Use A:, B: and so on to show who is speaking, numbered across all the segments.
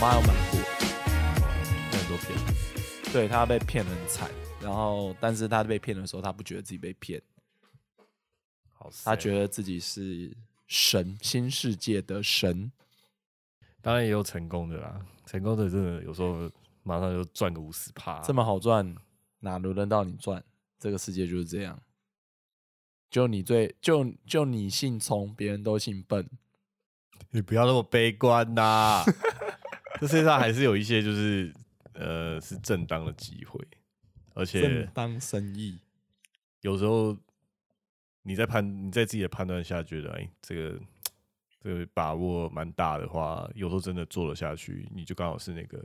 A: 妈有买过，
B: 很多片，
A: 对她被骗得很惨，然后但是她被骗的时候，她不觉得自己被骗，
B: 好塞，
A: 她觉得自己是神，新世界的神。
B: 当然也有成功的啦，成功的真的有时候马上就赚个五十趴，
A: 这么好赚，哪轮得到你赚？这个世界就是这样，就你最就就你姓聪，别人都姓笨。
B: 你不要那么悲观呐、 这世界上还是有一些就是呃是正当的机会，而
A: 正
B: 且
A: 当生意，
B: 有时候你在判你在自己的判断下觉得哎这个这个把握蛮大的话，有时候真的做得下去，你就刚好是那个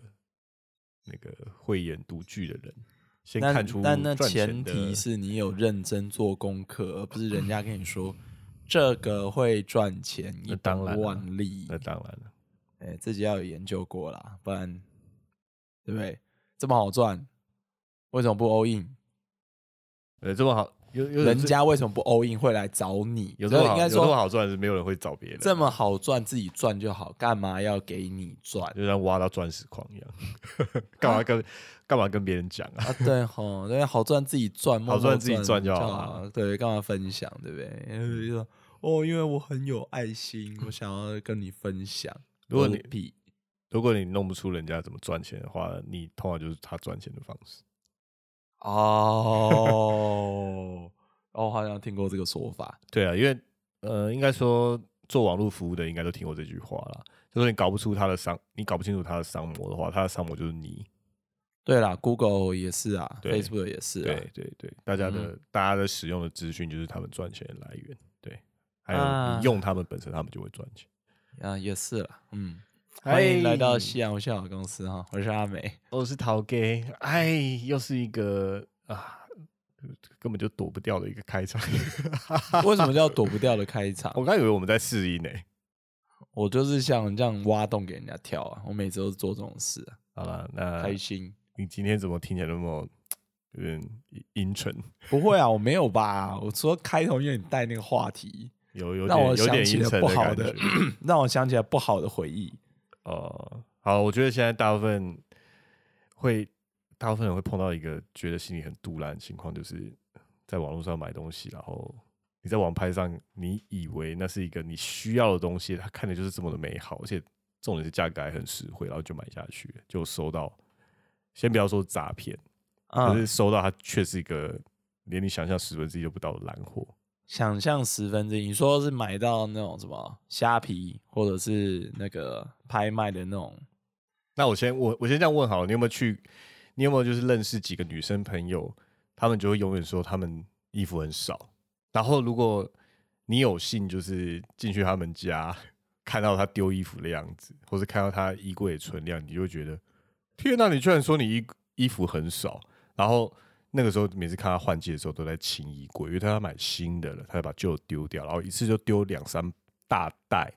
B: 那个慧眼独具的人，先看
A: 但
B: 出
A: 但那
B: 赚
A: 前
B: 钱的
A: 提是你有认真做功课，而不是人家跟你说这个会赚钱
B: 嗯
A: 一
B: 那当
A: 百
B: 然啊
A: 万利
B: 那，当然了，
A: 哎、自己要有研究过啦，不然对不对？这么好赚，为什么不 all in？
B: 呃这么好有有
A: 人家为什么不 all in 会来找你？
B: 有这么
A: 就
B: 好
A: 应该
B: 有这
A: 说
B: 么好赚是没有人会找别人的，
A: 这么好赚，自己赚就好，干嘛要给你赚
B: 就像挖到钻石矿一样，干嘛跟干嘛跟别人讲啊？
A: 啊？对吼，对，好赚自己赚，默
B: 好
A: 默
B: 赚自己赚就
A: 就
B: 好
A: 好。对，干嘛分享，对不对？然后就说哦，因为我很有爱心，我想要跟你分享。
B: 如果你
A: 何必
B: 如果你弄不出人家怎么赚钱的话，你通常就是他赚钱的方式。
A: 哦 哦，好像听过这个说法，
B: 对啊，因为呃，应该说做网络服务的应该都听过这句话啦，就是你搞不出他的商，你搞不清楚他的商模的话，他的商模就是你。
A: 对啦，Google 也是啊
B: 对
A: ，Facebook 也是啊
B: 对，对对，大家的、大家的使用的资讯就是他们赚钱的来源。对，还有
A: 啊
B: 你用他们本身，他们就会赚钱。哎
A: 啊也是啦，嗯。欢迎来到夕阳无限好公司哈，我是阿美。
B: 我是陶 gay，哎，又是一个啊，根本就躲不掉的一个开场。
A: 为什么叫躲不掉的开场？
B: 我刚以为我们在试音呢、
A: 我就是想这样挖洞给人家跳啊！我每次都是做这种事、啊，
B: 好了，那
A: 开心。
B: 你今天怎么听起来那么有点阴沉？
A: 不会啊，我没有吧？我说开头因为你带那个话题，
B: 有有
A: 让
B: 点
A: 我
B: 有
A: 想
B: 点
A: 起
B: 阴
A: 了
B: 沉
A: 不好
B: 感
A: 的
B: 觉。
A: 让我想起来不好的回忆。
B: 哦，好，我觉得现在大部分会，大部分人会碰到一个觉得心里很杜然的情况，就是在网络上买东西，然后你在网拍上，你以为那是一个你需要的东西，它看着就是这么的美好，而且重点是价格还很实惠，然后就买下去了，就收到。先不要说诈骗，可
A: 嗯
B: 是，收到它却是一个连你想象十分之一都不到的烂货。
A: 想象十分之一，你说是买到那种什么虾皮，或者是那个拍卖的那种，
B: 那我先我我先这样问好了，你有没有去？你有没有就是认识几个女生朋友，她们就会永远说她们衣服很少。然后如果你有幸就是进去她们家，看到她丢衣服的样子，或是看到她衣柜的存量，你就会觉得天哪、你居然说你衣衣服很少。然后那个时候每次看她换季的时候都在清衣柜，因为她要买新的了，她就把旧的丢掉，然后一次就丢两三大袋。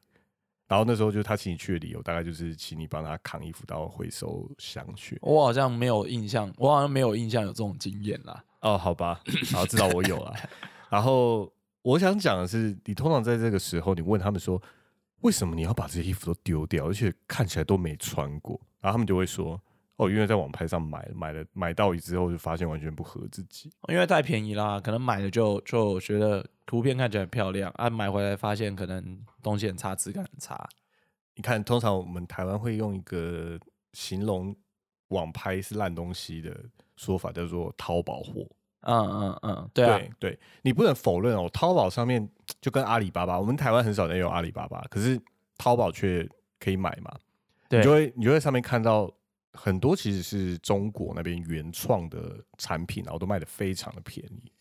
B: 然后那时候就是他请你去的理由，大概就是请你帮他扛衣服到回收箱去。
A: 我好像没有印象，我好像没有印象有这种经验啦。
B: 哦，好吧，然后至少我有了。然后我想讲的是，你通常在这个时候，你问他们说，为什么你要把这些衣服都丢掉，而且看起来都没穿过？然后他们就会说，哦，因为在网拍上买买了，买到之后就发现完全不合自己。
A: 因为太便宜啦，可能买了就就觉得图片看起来很漂亮，啊，买回来发现可能东西很差，质感很差。
B: 你看，通常我们台湾会用一个形容网拍是烂东西的说法，叫做淘宝货。
A: 嗯嗯嗯，对啊，
B: 对对，你不能否认哦，淘宝上面就跟阿里巴巴，我们台湾很少人用阿里巴巴，可是淘宝却可以买嘛，
A: 对
B: 你就会你就会上面看到很多其实是中国那边原创的产品，然后都卖的非常的便宜，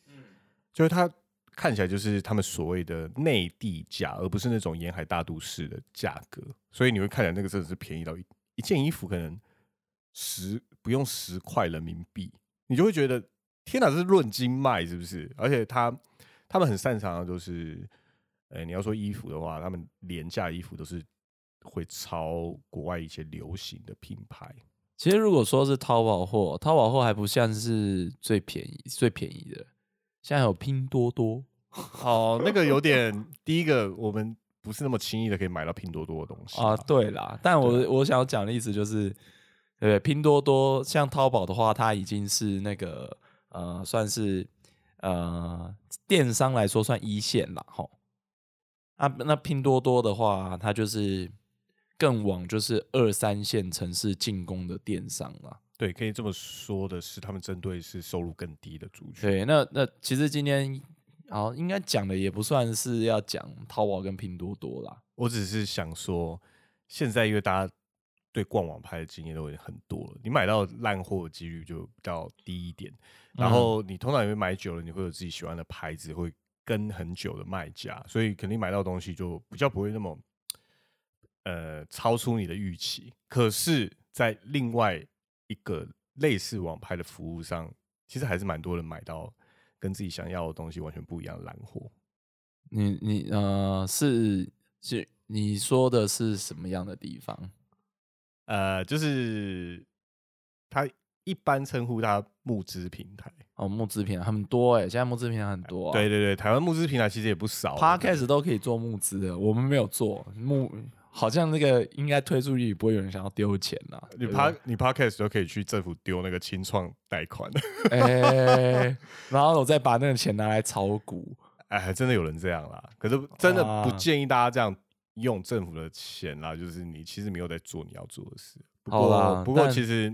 B: 就是它看起来就是他们所谓的内地价，而不是那种沿海大都市的价格，所以你会看起来那个真的是便宜到一一件衣服可能十不用十块人民币，你就会觉得天哪，这是论斤卖是不是？而且他他们很擅长的就是，呃、你要说衣服的话，他们廉价衣服都是会超国外一些流行的品牌。
A: 其实如果说是淘宝货，淘宝货还不像是最便宜最便宜的，现在有拼多多，
B: 哦，那个有点第一个，我们不是那么轻易的可以买到拼多多的东西
A: 啊，对啦，但我我想要讲的意思就是，对拼多多像淘宝的话，它已经是那个呃，算是呃电商来说算一线啦，吼。那、那拼多多的话，它就是更往就是二三线城市进攻的电商啦。
B: 对，可以这么说的是，他们针对是收入更低的族群。
A: 对，那那其实今天好像应该讲的也不算是要讲淘宝跟拼多多啦，
B: 我只是想说，现在因为大家对逛网拍的经验都已经很多了，你买到烂货的几率就比较低一点。然后你通常因为买久了，你会有自己喜欢的牌子，会跟很久的卖家，所以肯定买到东西就比较不会那么呃超出你的预期。可是，在另外一个类似网拍的服务上，其实还是蛮多人买到跟自己想要的东西完全不一样的烂货。
A: 你你呃是是你说的是什么样的地方？
B: 呃，就是他一般称呼它募资平台。
A: 哦，募资平台很多哎、现在募资平台很多、啊，
B: 对对对，台湾募资平台其实也不少。
A: ，Podcast 都可以做募资的，我们没有做募，好像那个应该推出去不会有人想要丢钱啦。
B: 你
A: 对不
B: 趴
A: 对
B: 你 podcast 都可以去政府丢那个清创贷款，
A: 哎、 然后我再把那个钱拿来炒股，
B: 哎，还真的有人这样啦。可是真的不
A: 啊
B: 建议大家这样用政府的钱啦，就是你其实没有在做你要做的事。不
A: 好啦
B: 过不过
A: 但
B: 其实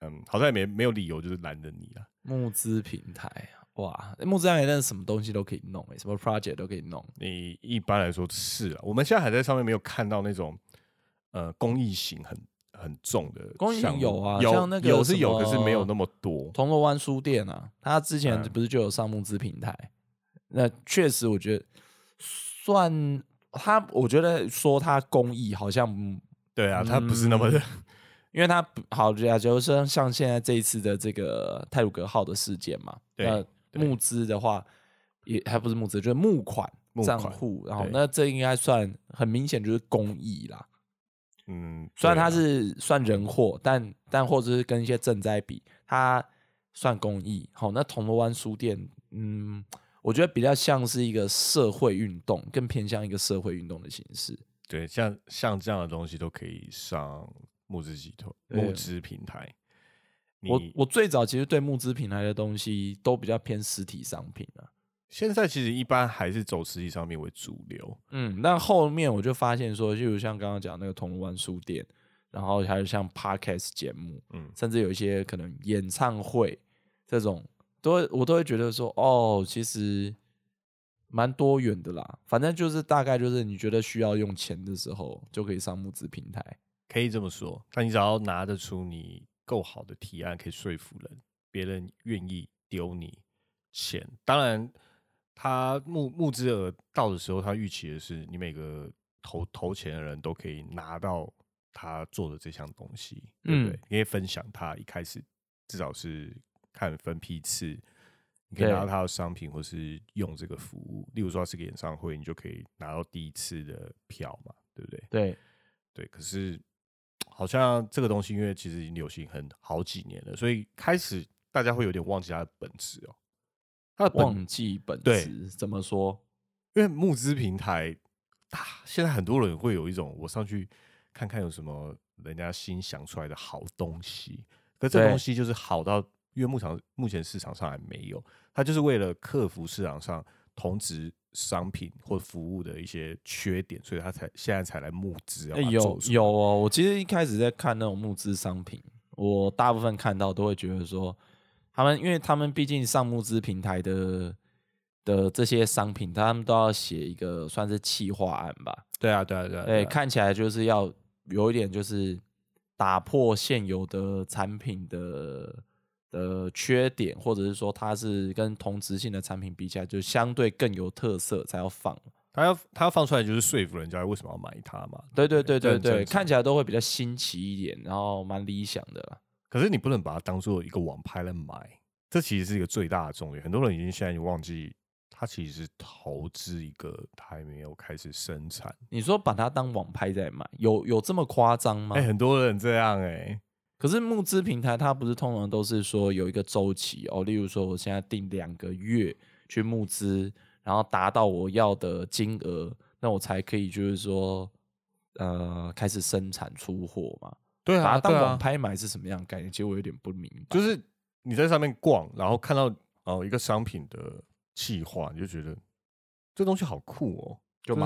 B: 嗯，好像也没没有理由就是拦着你啊。
A: 募资平台哇，募资平台真的什么东西都可以弄哎、什么 project 都可以弄。
B: 你一般来说是啊，我们现在还在上面没有看到那种呃公益型很很重的
A: 公益型
B: 项目
A: 有啊
B: 有
A: 像那个
B: 有是
A: 什
B: 有，可是没有
A: 么
B: 那么多。
A: 铜锣湾书店啊，他之前
B: 嗯
A: 不是就有上募资平台？那确实，我觉得算他，我觉得说他公益好像，嗯
B: 对啊，它不是那么的。
A: 因为他不好，就是像像现在这一次的这个泰鲁格号的事件嘛，
B: 对
A: 那募资的话也还不是募资，就是募款
B: 募款
A: 账户，然后
B: 对
A: 那这应该算很明显就是公益啦。
B: 嗯，
A: 虽然
B: 对啊
A: 它是算人祸，但但或者是跟一些赈灾比，它算公益。好，那铜锣湾书店，嗯，我觉得比较像是一个社会运动，更偏向一个社会运动的形式。
B: 对，像像这样的东西都可以上募资集团、
A: 对
B: 募资平台。
A: 我
B: 你
A: 我最早其实对募资品牌的东西都比较偏实体商品啊，
B: 现在其实一般还是走实体商品为主流。
A: 嗯，但后面我就发现说，就如像刚刚讲那个铜锣湾书店，然后还有像 podcast 节目，
B: 嗯
A: 甚至有一些可能演唱会这种，都会我都会觉得说，哦，其实蛮多元的啦。反正就是大概就是你觉得需要用钱的时候，就可以上募资平台。
B: 可以这么说。但你只要拿得出你够好的提案，可以说服人，别人愿意丢你钱。当然，他募募资额到的时候，他预期的是你每个投投钱的人都可以拿到他做的这项东西，对不对？
A: 嗯
B: 你可以分享他一开始至少是看分批次。你可以
A: 对
B: 拿到他的商品，或是用这个服务。例如说，它是个演唱会，你就可以拿到第一次的票嘛，对不对？
A: 对，
B: 对，可是好像这个东西，因为其实已经流行很好几年了，所以开始大家会有点忘记它的本质哦。它的本，
A: 忘记本
B: 对
A: 质怎么说？
B: 因为募资平台，啊，现在很多人会有一种我上去看看有什么人家新想出来的好东西，可这
A: 对
B: 东西就是好到，因为目前目前市场上还没有，它就是为了克服市场上同质商品或服务的一些缺点，所以它才现在才来募资啊、
A: 哎、有有哦，我其实一开始在看那种募资商品，我大部分看到都会觉得说，他们因为他们毕竟上募资平台的的这些商品，他们都要写一个算是企划案吧，
B: 对啊，对啊，对啊，
A: 对，
B: 啊
A: 哎看起来就是要有一点就是打破现有的产品的的缺点，或者是说它是跟同质性的产品比起来，就相对更有特色才要放。
B: 他要他要放出来就是说服人家为什么要买它嘛。
A: 对对对对
B: 这很
A: 对，
B: 正常
A: 看起来都会比较新奇一点，然后蛮理想的啦。
B: 可是你不能把它当做一个网拍来买，这其实是一个最大的重点。很多人已经现在已经忘记，他其实是投资一个他还没有开始生产。
A: 你说把它当网拍在卖，有有这么夸张吗？
B: 哎、很多人这样哎、
A: 可是募资平台它不是通常都是说有一个周期哦，例如说我现在定两个月去募资，然后达到我要的金额，那我才可以就是说，呃，开始生产出货嘛。
B: 对
A: 把它
B: 啊，
A: 当
B: 对
A: 网
B: 啊，
A: 拍买是什么样的概念？其实我有点不明白。
B: 就是你在上面逛，然后看到哦一个商品的企划，你就觉得这东西好酷哦，
A: 就是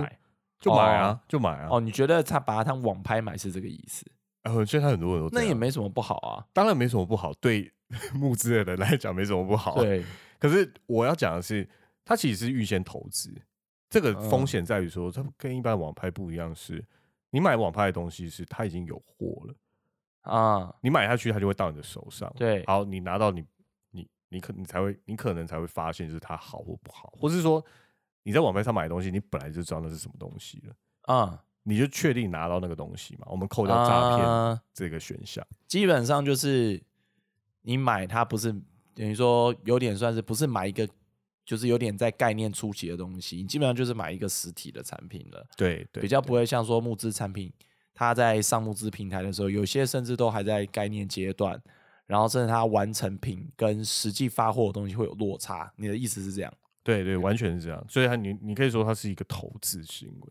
B: 就买啊，就买啊。
A: 哦，你觉得他把它当网拍买是这个意思？
B: 哎，我觉得很多人都
A: 那
B: 这
A: 也
B: 样
A: 没什么不好啊。
B: 当然没什么不好，对 募资的人来讲没什么不好。，
A: 对，
B: 可是我要讲的是，它其实是预先投资，这个
A: 嗯
B: 风险在于说，它跟一般网拍不一样是，你买网拍的东西是它已经有货了，
A: 啊，
B: 你买下去它就会到你的手上。
A: 对，
B: 好，你拿到你你你可你才会你可能才会发现就是它好或不好，或是说你在网拍上买的东西，你本来就知道那是什么东西了，
A: 啊，
B: 你就确定拿到那个东西嘛？我们扣
A: 我
B: 掉诈
A: 啊
B: 骗这个选项，
A: 基本上就是你买它不是等于说有点算是不是买一个，就是有点在概念初期的东西，你基本上就是买一个实体的产品了，
B: 对对，
A: 比较不会像说募资产品，它在上募资平台的时候，有些甚至都还在概念阶段，然后甚至它完成品跟实际发货的东西会有落差。你的意思是这样？
B: 对对，完全是这样。所以它你你可以说它是一个投资行为，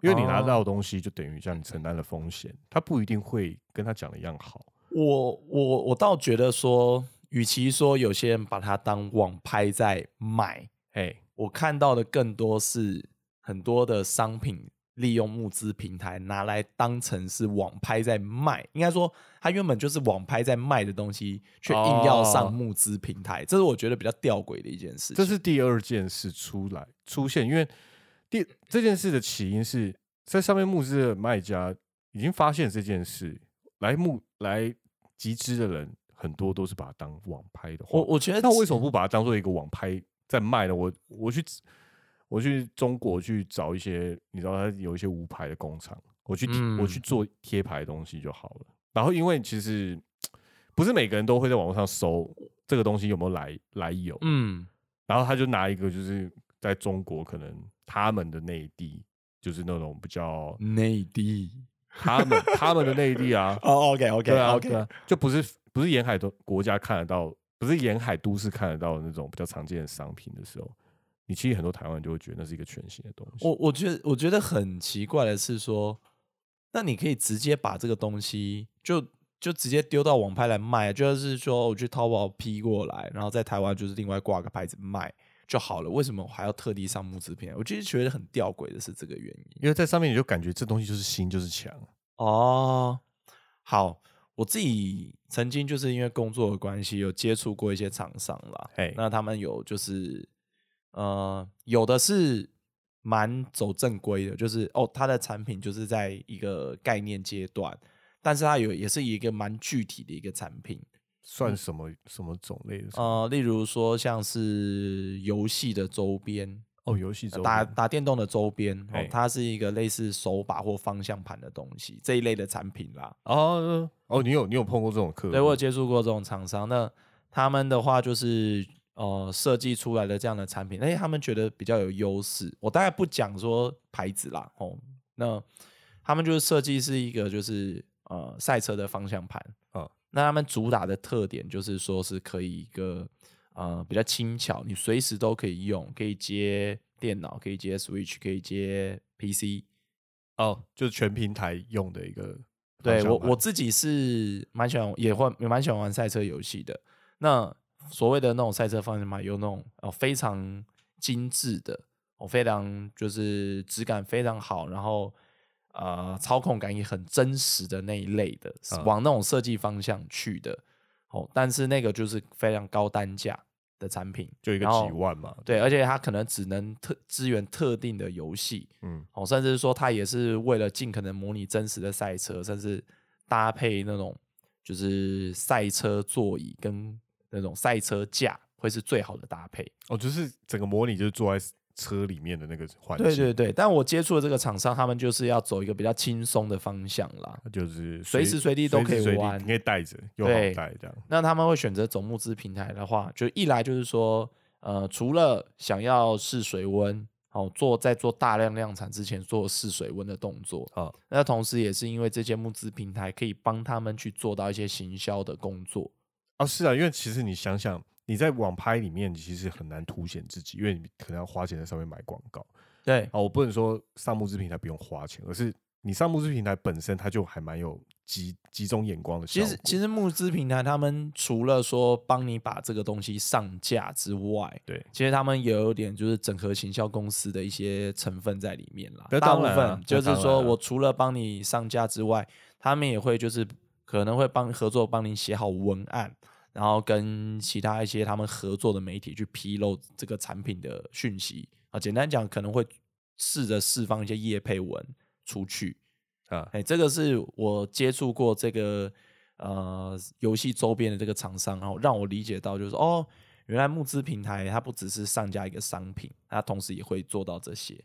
B: 因为你拿
A: 哦
B: 到的东西就等于像你承担了风险，它不一定会跟他讲的一样好。
A: 我我我倒觉得说，与其说有些人把它当网拍在买，
B: 哎，
A: 我看到的更多是很多的商品利用募资平台拿来当成是网拍在卖，应该说它原本就是网拍在卖的东西，却硬要
B: 哦
A: 上募资平台，这是我觉得比较吊诡的一件事情。
B: 这是第二件事出来出现，因为第这件事的起因是在上面募资的卖家已经发现这件事，来募来集资的人很多都是把它当网拍的话，
A: 我我觉得
B: 那为什么不把它当做一个网拍在卖呢？我我去我去中国去找一些，你知道它有一些无牌的工厂，我去贴、我去
A: 嗯
B: 做贴牌的东西就好了。然后因为其实不是每个人都会在网络上搜这个东西有没有来来由，
A: 嗯
B: 然后他就拿一个就是在中国可能他们的内地。就是那种比较
A: 内地
B: 他们他们的内地啊，
A: 哦，OK
B: 对
A: OK
B: 啊
A: OK，
B: 对啊，就不是不是沿海的国家看得到，不是沿海都市看得到的那种比较常见的商品的时候，你其实很多台湾人就会觉得那是一个全新的东西。
A: 我我觉得我觉得很奇怪的是说，那你可以直接把这个东西就就直接丢到网拍来卖，就是说我去淘宝批过来，然后在台湾就是另外挂个牌子卖就好了。为什么我还要特地上木制片？我就是觉得很吊诡的是这个原因
B: 因为在上面你就感觉这东西就是新就是强，
A: 哦。好，我自己曾经就是因为工作的关系，有接触过一些厂商啦。
B: 哎，
A: 那他们有就是呃，有的是蛮走正规的，就是哦，它的产品就是在一个概念阶段，但是它有也是一个蛮具体的一个产品，
B: 算什么什么种类的？
A: 呃，例如说像是游戏的周边。
B: 哦，游戏
A: 呃
B: 周
A: 打
B: 边
A: 打电动的周边、哦
B: 嘿，
A: 它是一个类似手把或方向盘的东西这一类的产品啦。
B: 哦哦，你有你有碰过这种客户？
A: 对我有接触过这种厂商，那他们的话就是呃设计出来的这样的产品，而且他们觉得比较有优势。我大概不讲说牌子啦，哦，那他们就是设计是一个就是呃赛车的方向盘，
B: 嗯
A: 那他们主打的特点就是说是可以一个呃比较轻巧，你随时都可以用，可以接电脑，可以接 Switch，可以接 PC，
B: 哦，就是全平台用的一个方
A: 对
B: 向盘。
A: 我我自己是蛮喜欢，也会也蛮喜欢玩赛车游戏的。那所谓的那种赛车方向盘，有那种哦非常精致的，哦非常就是质感非常好，然后呃操控感也很真实的那一类的，是
B: 嗯
A: 往那种设计方向去的。哦，但是那个就是非常高单价的产品，
B: 就一个
A: 然后
B: 几万嘛，
A: 对，而且它可能只能特支援特定的游戏，
B: 嗯，
A: 哦，甚至说它也是为了尽可能模拟真实的赛车，甚至搭配那种就是赛车座椅跟那种赛车架，会是最好的搭配。
B: 哦，就是整个模拟就是坐在车里面的那个环境，
A: 对对对，但我接触的这个厂商，他们就是要走一个比较轻松的方向啦。
B: 就是
A: 随时随地都可
B: 随
A: 以
B: 时随地
A: 玩
B: 你可以带着又好
A: 对
B: 带这样。
A: 那他们会选择走募资平台的话，就一来就是说，呃，除了想要试水温，哦，做在做大量量产之前做试水温的动作，
B: 啊，
A: 那同时也是因为这些募资平台可以帮他们去做到一些行销的工作。
B: 哦，是啊，因为其实你想想，你在网拍里面你其实很难凸显自己，因为你可能要花钱在上面买广告。
A: 对
B: 啊，我不能说上募资平台不用花钱，而是你上募资平台本身它就还蛮有集集中眼光的效
A: 其
B: 果。
A: 实其实募资平台他们除了说帮你把这个东西上架之外，
B: 对，
A: 其实他们也有点就是整合行销公司的一些成分在里面啦。
B: 那
A: 大
B: 当
A: 部
B: 然啊
A: 分就
B: 那当然
A: 是说
B: 啊
A: 我除了帮你上架之外，他们也会就是可能会帮合作帮你写好文案，然后跟其他一些他们合作的媒体去披露这个产品的讯息啊。简单讲，可能会试着释放一些业配文出去。
B: 啊，
A: 哎，这个是我接触过这个呃游戏周边的这个厂商，然后让我理解到就是哦，原来募资平台它不只是上架一个商品，它同时也会做到这些。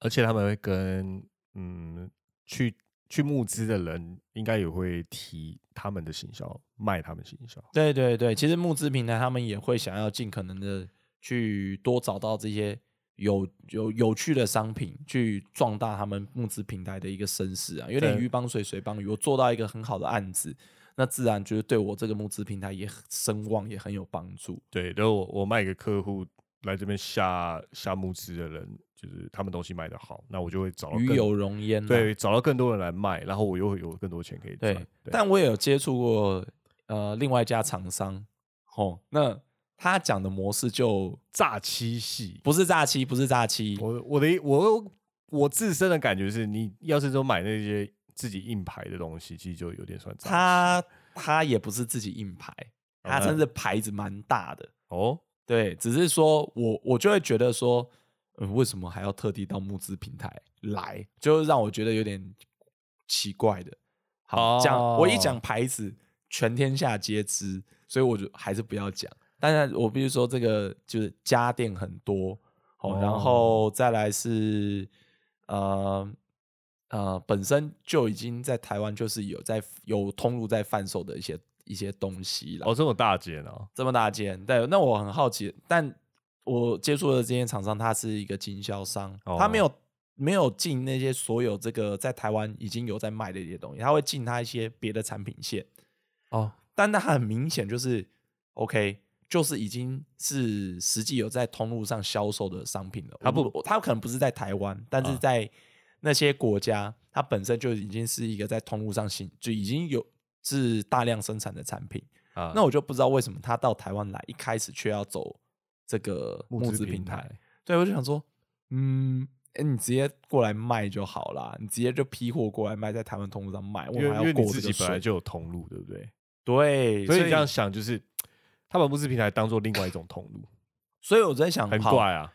B: 而且他们会跟嗯去去募资的人，应该也会提他们的行销，卖他们行销。
A: 对对对，其实募资平台他们也会想要尽可能的去多找到这些有有有趣的商品，去壮大他们募资平台的一个声势啊，有点
B: 对
A: 鱼帮水，水帮鱼。我做到一个很好的案子，那自然就是对我这个募资平台也很声望也很有帮助。
B: 对，然后我我卖给客户来这边下下募资的人，就是他们东西卖的好，那我就会找到
A: 鱼
B: 哦更
A: 有容焉、啊，
B: 对找到更多人来卖，然后我又会有更多钱可以赚。
A: 对，但我也有接触过呃另外一家厂商，哦，那他讲的模式就
B: 诈欺系，
A: 不是诈欺，不是诈欺，
B: 我我的我我自身的感觉是，你要是都买那些自己硬牌的东西，其实就有点算诈欺
A: 他他也不是自己硬牌，
B: 哦
A: 他
B: 那
A: 甚至牌子蛮大的，
B: 哦，
A: 对，只是说我我就会觉得说，呃，为什么还要特地到募资平台来，就让我觉得有点奇怪的。好，讲、我一讲
B: 哦
A: 牌子，全天下皆知，所以我就还是不要讲。但是我必须说，这个就是家电很多，哦，然
B: 哦
A: 后再来是呃呃，本身就已经在台湾就是有在有通路在贩售的一些一些东西了。
B: 哦，这么大件啊，
A: 这么大间，对，那我很好奇，但我接触的这些厂商，他是一个经销商，
B: 哦
A: 他没有没有进那些所有这个在台湾已经有在卖的一些东西，他会进他一些别的产品线，
B: 哦，
A: 但那很明显就是 OK，就是已经是实际有在通路上销售的商品了。
B: 他不
A: 我我他可能不是在台湾，但是
B: 啊
A: 在那些国家，它本身就已经是一个在通路上行，就已经有是大量生产的产品。
B: 啊，
A: 那我就不知道为什么他到台湾来，一开始却要走这个募资平台。对，我就想说，嗯，哎、你直接过来卖就好啦，你直接就批货过来卖，在台湾通路上卖，我
B: 因为因
A: 还要
B: 为
A: 过
B: 你
A: 这
B: 自
A: 个
B: 己本来
A: 税。
B: 就有通路，对不对？
A: 对，
B: 所
A: 所
B: 以你这样，想就是，他把募资平台当做另外一种通路，
A: 所以我在想，
B: 很
A: 好
B: 怪啊。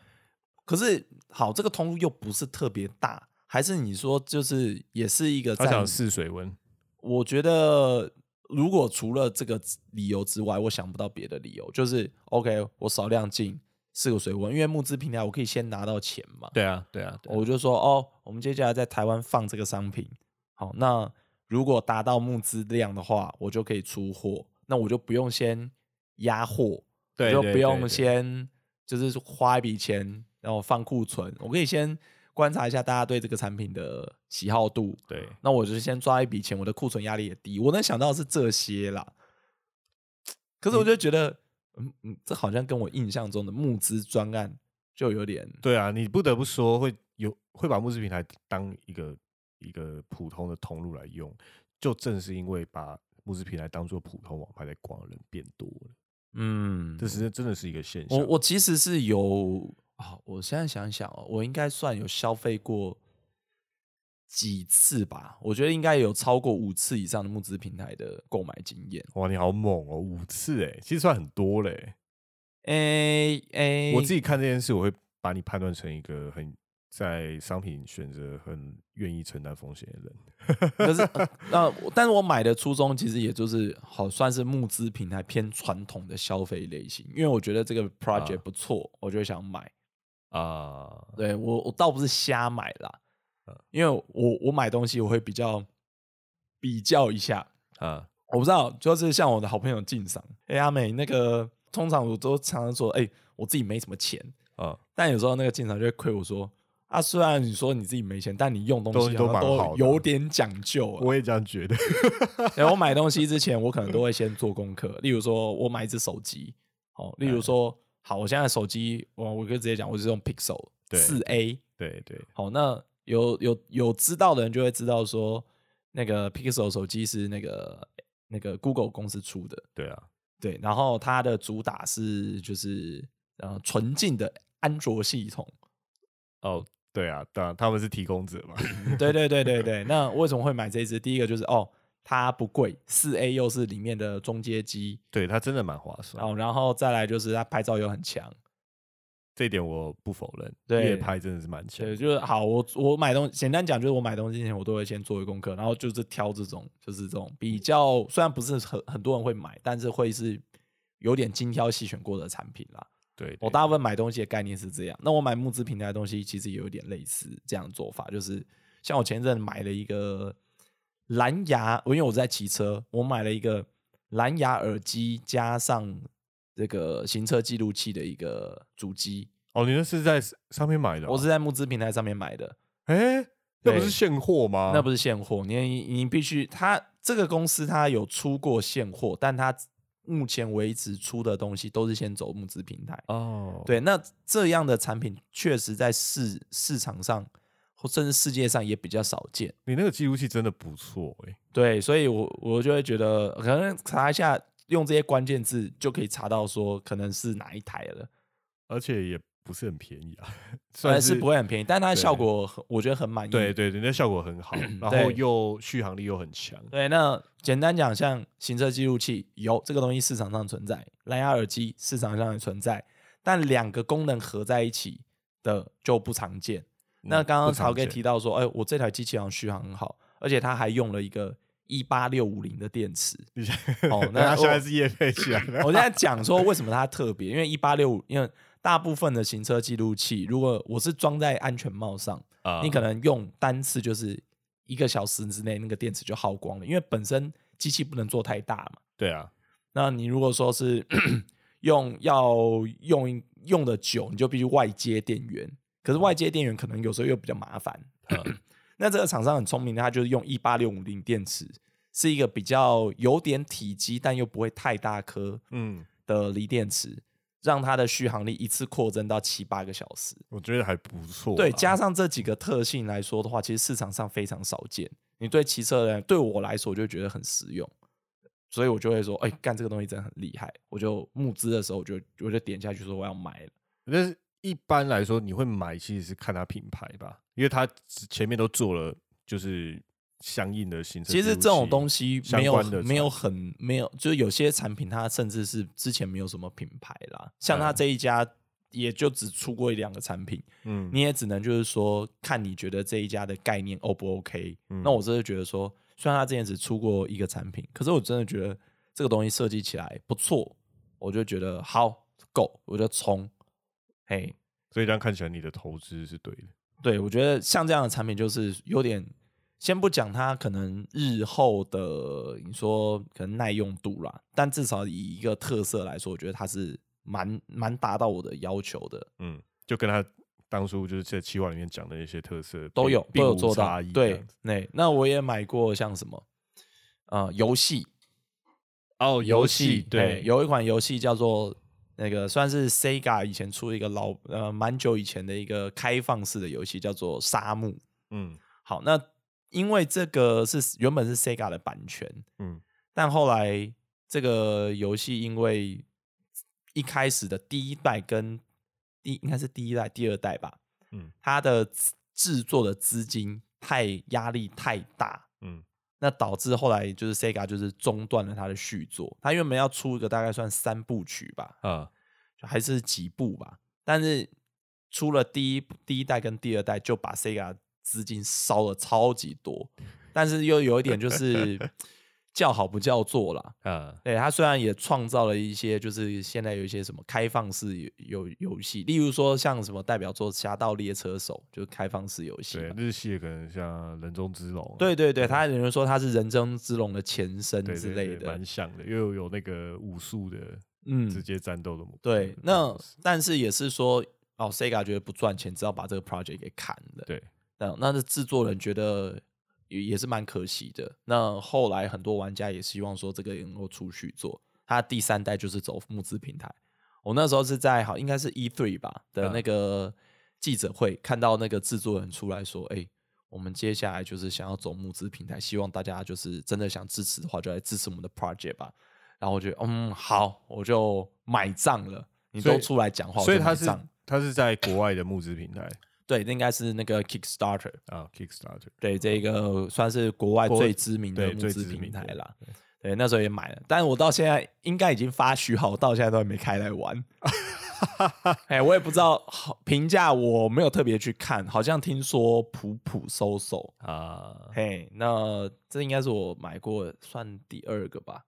A: 可是好，这个通路又不是特别大，还是你说就是也是一个
B: 他
A: 在
B: 想试水温，
A: 我觉得如果除了这个理由之外，我想不到别的理由。就是 OK，我少量进四个水温，因为募资平台我可以先拿到钱嘛。
B: 对啊，对啊，对啊
A: 我就说哦，我们接下来在台湾放这个商品，好，那如果达到募资量的话，我就可以出货，那我就不用先压货，
B: 对
A: 我就
B: 对
A: 不
B: 对
A: 用
B: 对
A: 先就是花一笔钱然后放库存，我可以先观察一下大家对这个产品的喜好度，
B: 对，
A: 那我就是先抓一笔钱，我的库存压力也低。我能想到的是这些啦，可是我就觉得，嗯嗯，这好像跟我印象中的募资专案就有点
B: 对啊，你不得不说会有会把募资平台当一个一个普通的通路来用，就正是因为把募资平台当做普通网拍在逛的人变多了，
A: 嗯
B: 这是真的是一个现象。
A: 我我其实是有啊，我现在想一想哦，我应该算有消费过几次吧，我觉得应该有超过五次以上的募资平台的购买经验。
B: 哇，你好猛哦，五次哎、其实算很多嘞、
A: 诶、诶、
B: 我自己看这件事，我会把你判断成一个很在商品选择很愿意承担风险的人。
A: 可是呃呃，但是我买的初衷其实也就是好算是募资平台偏传统的消费类型，因为我觉得这个 project
B: 啊
A: 不错，我就想买。
B: 啊，
A: 对我我倒不是瞎买啦
B: 嗯，
A: 因为我我买东西我会比较比较一下，
B: 啊，
A: 我不知道，就是像我的好朋友晋赏，哎、阿美那个，通常我都常常说，哎、我自己没什么钱，
B: 啊，
A: 但有时候那个晋赏就会亏我说，啊，虽然你说你自己没钱，但你用东西
B: 东西都
A: 好像
B: 蛮好
A: 都
B: 的
A: 有点讲究、啊。
B: 我也这样觉得。
A: 然后我买东西之前，我可能都会先做功课，例如说我买一只手机，哦，例如说，好，我现在手机，我我可以直接讲，我是用 Pixel，
B: 对
A: 四 A。
B: 对对，
A: 好，那有有有知道的人就会知道说，那个 Pixel 手机是那个那个 Google 公司出的，
B: 对啊，
A: 对，然后它的主打是就是呃纯净的安卓系统，
B: 哦，对啊，当然他们是提供者嘛，
A: 嗯对对对对对。那为什么会买这一只？第一个就是哦，它不贵，四 A 又是里面的中阶机，
B: 对他真的蛮划算，
A: 哦，然后再来就是它拍照又很强，
B: 这一点我不否认，
A: 对
B: 夜拍真的是蛮强
A: 对，，就是好，我我买东简单讲就是我买东西之前我都会先做一功课，然后就是挑这种就是这种比较虽然不是很很多人会买，但是会是有点精挑细选过的产品啦。
B: 对，
A: 我
B: 对
A: 大部分买东西的概念是这样，那我买募资平台的东西其实也有点类似这样的做法，就是像我前一阵买了一个蓝牙，因为我在骑车，我买了一个蓝牙耳机加上这个行车记录器的一个主机，
B: 哦，你那是在上面买的啊，
A: 我是在募资平台上面买的。
B: 哎，那不
A: 对
B: 是现货吗？
A: 那不是现货，你你你必须，它这个公司它有出过现货，但它目前为止出的东西都是先走募资平台。
B: 哦，
A: 对，那这样的产品确实在市市场上或甚至世界上也比较少见。
B: 你那个记录器真的不错哎，
A: 对，所以我我就会觉得，可能查一下，用这些关键字就可以查到说可能是哪一台了，
B: 而且也不是很便宜啊，
A: 虽
B: 算
A: 然呃是不会很便宜，但它的
B: 对
A: 效果很我觉得很满意。
B: 对对对，那效果很 好，然后
A: 对
B: 又续航力又很强，
A: 对，那简单讲，像行车记录器有这个东西市场上存在，蓝牙耳机市场上也存在，但两个功能合在一起的就不常见。那
B: 嗯
A: 刚
B: 不
A: 刚
B: 常
A: 曹哥
B: 见
A: 提到说，哎，我这台机器好像续航很好，而且它还用了一个一八六五零的电 池。哦那
B: 他现在
A: 我
B: 是夜配起来了，
A: 我现在讲说为什么它特别，因为一八六五，因为大部分的行车记录器，如果我是装在安全帽上，
B: 啊
A: 你可能用单次就是一个小时之内，那个电池就耗光了，因为本身机器不能做太大嘛。
B: 对啊，
A: 那你如果说是 用要用用的久，你就必须外接电源，可是外接电源可能有时候又比较麻烦。呃 那这个厂商很聪明的，它就是用一八六五零电池，是一个比较有点体积但又不会太大颗
B: 嗯，
A: 的锂电池，让它的续航力一次扩增到七八个小时。
B: 我觉得还不错啦，啊
A: 对，加上这几个特性来说的话，其实市场上非常少见。你对骑车的人，对我来说，我就觉得很实用，所以我就会说，哎、干这个东西真的很厉害。我就募资的时候，我就我就点下去说我要买了。
B: 但是一般来说，你会买其实是看它品牌吧，因为它之前面都做了就是相应的行车记
A: 其
B: 录器。
A: 实这种东西
B: 相
A: 没有
B: 关的
A: 没有
B: 产
A: 很没有，就是有些产品它甚至是之前没有什么品牌啦，像它
B: 嗯
A: 这一家也就只出过一两个产品，
B: 嗯，
A: 你也只能就是说看你觉得这一家的概念 O 不 OK、
B: 嗯
A: 那我真的觉得说，虽然他之前只出过一个产品，可是我真的觉得这个东西设计起来不错，我就觉得好够，我就冲。嘿，
B: 所以这样看起来你的投资是对的。
A: 对我觉得像这样的产品就是有点，先不讲它可能日后的你说可能耐用度啦，但至少以一个特色来说，我觉得它是蛮蛮达到我的要求的。
B: 嗯，就跟他当初就是在企划里面讲的一些特色
A: 都
B: 并
A: 有
B: 并
A: 都有
B: 无
A: 做到
B: 差异。这
A: 对
B: 样子，
A: 那那我也买过像什么呃游戏
B: 哦，游戏
A: 哎
B: 对
A: 有一款游戏叫做那个算是 Sega 以前出一个老呃蛮久以前的一个开放式的游戏叫做沙漠。
B: 嗯
A: 好，那因为这个是原本是 Sega 的版权，
B: 嗯
A: 但后来这个游戏因为一开始的第一代跟第应该是第一代、第二代吧，
B: 嗯
A: 它的制制作的资金太压力太大，
B: 嗯
A: 那导致后来就是 Sega 就是中断了它的续作。它原本要出一个大概算三部曲吧，
B: 啊
A: 还是几部吧，但是出了第一第一代跟第二代，就把 Sega 资金烧了超级 多，但是又有一点就是叫好不叫座啦。
B: 啊
A: 对，它虽然也创造了一些，就是现在有一些什么开放式游游游戏，例如说像什么代表作《侠盗猎车手》，就是开放式游戏嘛。
B: 对日系的可能像人中之龙啊，
A: 对对对，他有人说他是人中之龙的前身
B: 对
A: 之
B: 对
A: 类
B: 对
A: 的
B: 蛮。像的，又有那个武术的直
A: 嗯，
B: 接战斗的模
A: 对
B: 的。
A: 那
B: 模式
A: 但是也是说，哦，Sega 觉得不赚钱，只好把这个 project 给砍了。
B: 对
A: 那那是制作人觉得也也是蛮可惜的。那后来很多玩家也希望说这个也能够出续做，他第三代就是走募资平台。我那时候是在好应该是 E three 吧的
B: 嗯
A: 那个记者会看到那个制作人出来说，哎、我们接下来就是想要走募资平台，希望大家就是真的想支持的话，就来支持我们的 project 吧。然后我觉得，嗯，好，我就买账了。你
B: 所以
A: 都出来讲话，
B: 所以
A: 我就买
B: 他是
A: 账
B: 他是在国外的募资平台
A: 对，那应该是那个 Kickstarter，
B: 啊，Kickstarter。
A: 对，这个算是国外
B: 国
A: 最知名的
B: 对
A: 募
B: 最
A: 资
B: 知
A: 平
B: 名
A: 台
B: 的
A: 啦。对，那时候也买了，但我到现在应该已经发序号，我到现在都还没开来 玩。哎、我也不知道好评价，我没有特别去看，好像听说普普收手。
B: 啊，
A: 嘿，那这应该是我买过算第二个吧？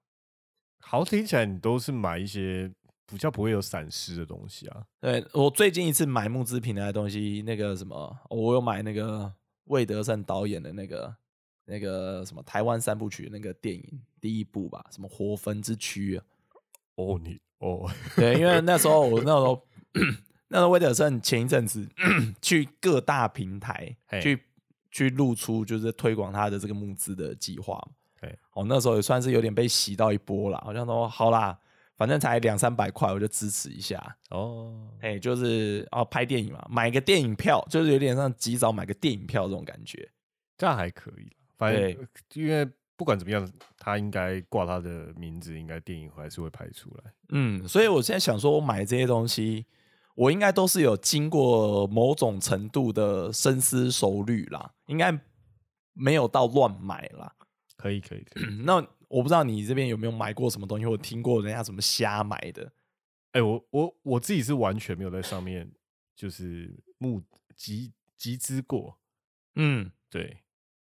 B: 好听起来你都是买一些比较不会有闪失的东西啊。
A: 对我最近一次买募资平台的东西，那个什么，我有买那个魏德胜导演的那个那个什么台湾三部曲那个电影第一部吧，什么《活坟之躯》啊。
B: 哦，你哦，
A: 对，因为那时候我那时候 那时候魏德胜前一阵子 去各大平台
B: 嘿
A: 去去露出，就是推广他的这个募资的计划嘛
B: 嘿。
A: 哦，那时候也算是有点被洗到一波啦，好像说好啦，反正才两三百块，我就支持一下。
B: 哦，
A: 哎、就是哦，拍电影嘛，买个电影票，就是有点像及早买个电影票这种感觉。
B: 这样还可以啦。反正
A: 对
B: 呃因为不管怎么样，他应该挂他的名字，应该电影还是会拍出来。
A: 嗯，所以我现在想说，我买这些东西，我应该都是有经过某种程度的深思熟虑啦，应该没有到乱买啦。
B: 可以，可以，可以。
A: 那我不知道你这边有没有买过什么东西，或者听过人家怎么瞎买的？
B: 哎、我我我自己是完全没有在上面就是募集集资过，
A: 嗯，
B: 对，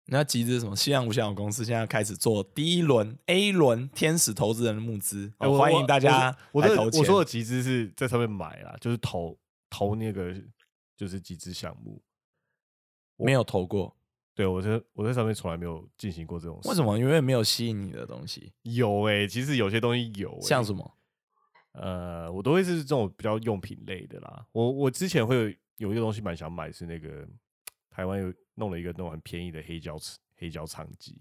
A: 那集资什么？西洋无限有公司现在开始做第一轮 A 轮天使投资人的募资，
B: 哎
A: 哦
B: 我
A: 欢
B: 我
A: 迎大家
B: 我
A: 来
B: 说
A: 投
B: 我说
A: 钱。
B: 我说的集资是在上面买啦，就是投投那个就是集资项目。
A: 没有投过，
B: 对我在我在上面从来没有进行过这种事。
A: 为什么？因为没有吸引你的东西，
B: 有哎、其实有些东西有、欸，
A: 像什么？
B: 呃，我都会是这种比较用品类的啦。我我之前会有有一个东西蛮想买，是那个台湾有弄了一个那种很便宜的黑胶黑胶唱机，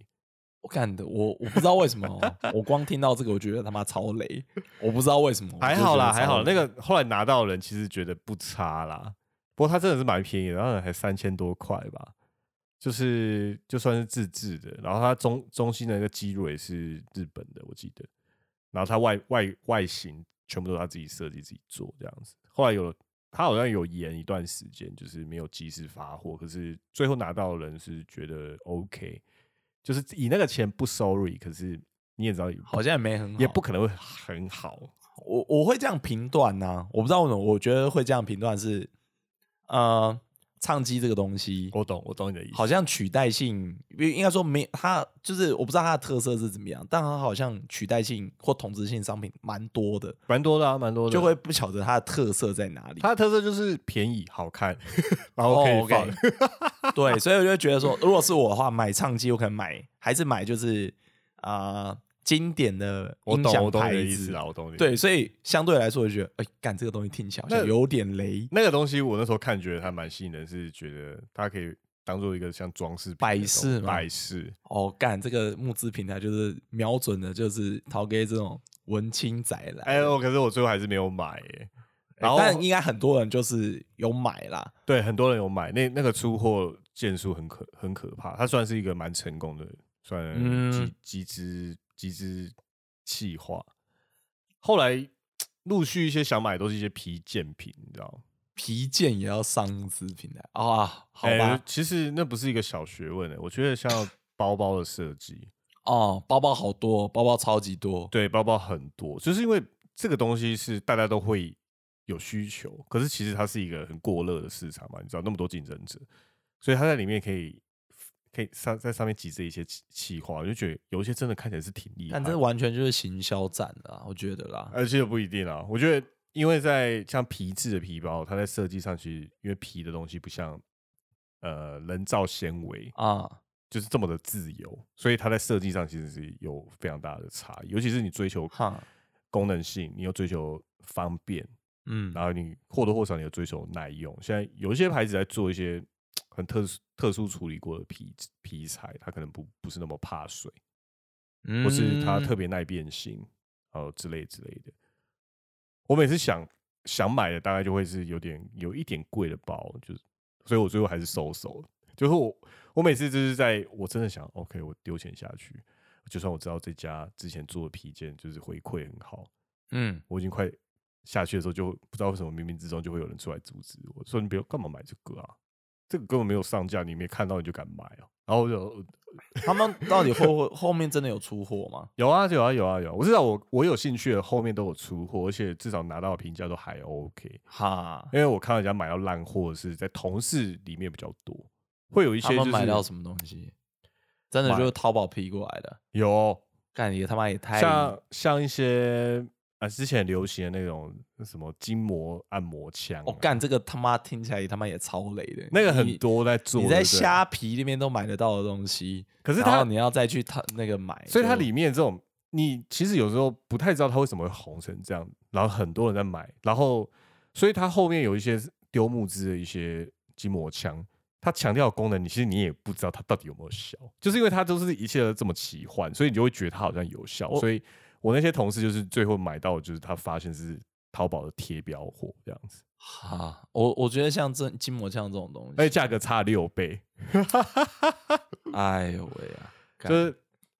A: 我干的，我我不知道为什么哦， 我光听到这个，我觉得他妈超雷，我不知道为什么。
B: 还好啦，还好。那
A: 个
B: 个后来拿到的人其实觉得不差啦，不过它真的是蛮便宜的，然后还三千多块吧，就是就算是自制的。然后它中中心的那个基蕊是日本的，我记得。然后它外外外形全部都是他自己设计、自己做这样子。后来有他好像有延一段时间，就是没有及时发货，可是最后拿到的人是觉得 OK，就是以那个钱不 sorry，可是你也知道也不，
A: 好像也没很好，
B: 也不可能会很好。
A: 我我会这样评断呐，我不知道为什么，我觉得会这样评断是，呃，唱机这个东西
B: 我懂，我懂你的意思。
A: 好像取代性，应应该说没它就是我不知道它的特色是怎么样，但它好像取代性或同质性商品蛮多的，
B: 蛮多的啊，蛮多的。
A: 就会不晓得它的特色在哪里。
B: 它的特色就是便宜、好看， 然后可以放。
A: 哦，OK 对，所以我就觉得说，如果是我的话，买唱机我可能买，还是买就是啊、呃经典的
B: 我
A: 音
B: 懂，
A: 响
B: 我懂你
A: 牌
B: 的意
A: 子
B: 思啦，。我懂你。，
A: 对，所以相对来说，我就觉得，哎、干这个东西听起来好像
B: 那
A: 有点雷，
B: 那个东西我那时候看觉得它蛮吸引人，是觉得它可以当做一个像装饰品
A: 摆
B: 的东
A: 饰
B: 西
A: 嘛
B: 摆饰。
A: 哦，干这个募资平台就是瞄准的，就是逃给这种文青仔来。
B: 哎呦，可是我最后还是没有买耶。然后
A: 哎但应该很多人就是有买啦，
B: 对很多人有买，那那个出货件数很可很可怕，它算是一个蛮成功的，算
A: 嗯
B: 集集资集资企划。后来陆续一些想买的都是一些皮件品，你知道吗？
A: 皮件也要上募资平台啊？好吧，
B: 哎其实那不是一个小学问的、欸我觉得 像包包的设计，
A: 哦，包包好多，包包超级多，
B: 对包包很多，就是因为这个东西是大家都会有需求，可是其实它是一个很过热的市场嘛，你知道那么多竞争者，所以它在里面可以可以上在上面集这一些企企划，我就觉得有一些真的看起来是挺厉害
A: 但
B: 的
A: 这，完全就是行销战啦，我觉得啦。
B: 而且不一定啊，我觉得。因为在像皮质的皮包，它在设计上其实因为皮的东西不像呃人造纤维，
A: 啊，
B: 就是这么的自由，所以它在设计上其实是有非常大的差异。尤其是你追求
A: 哈，
B: 功能性，你又追求方便，
A: 嗯，
B: 然后你或多或少你又追求耐用。现在有一些牌子在做一些很特殊、特殊处理过的皮皮材，它可能不不是那么怕水，
A: 嗯
B: 或是它特别
A: 别
B: 耐变性，哦之类之类的。我每次想想买的大概就会是有点有一点贵的包，就是，所以我最后还是收手了。就是我我每次就是在我真的想，OK，我丢钱下去，就算我知道这家之前做的皮件就是回馈很好，
A: 嗯，
B: 我已经快下去的时候，就不知道为什么冥冥之中就会有人出来阻止我，说你不要干嘛买这个啊，这个根本没有上架，你没看到你就敢买啊。然后我就
A: 他们到底后后面真的有出货吗？
B: 有啊有啊有啊有啊，我知道我我有兴趣的后面都有出货，而且至少拿到的评价都还 OK，
A: 哈，
B: 因为我看到人家买到烂货是在同事里面比较多，会有一些
A: 他
B: 就
A: 们
B: 是
A: 买到什么东西？真的就是淘宝批过来的，
B: 有
A: 干你他妈也太
B: 像像一些啊之前流行的那种什么筋膜按摩枪、啊，
A: 我、哦干这个他妈听起来他妈也超累的，
B: 那个
A: 你
B: 很。多在做，
A: 你在
B: 对不对
A: 虾皮里面都买得到的东西，
B: 可是
A: 然后
B: 它
A: 你要再去他那个买，
B: 所以它
A: 就
B: 里面这种，你其实有时候不太知道它为什么会红成这样，然后很多人在买，然后所以它后面有一些丢募资的一些筋膜枪，它强调的功能，你其实你也不知道它到底有没有效，就是因为它都是一切都这么奇幻，所以你就会觉得它好像有效，
A: 我
B: 所以我那些同事就是最后买到，就是他发现是淘宝的贴标货这样子，
A: 哈，我我觉得像这筋膜枪这种东
B: 而且
A: 西，
B: 价格差六倍，
A: 哎呦喂啊，干
B: 就是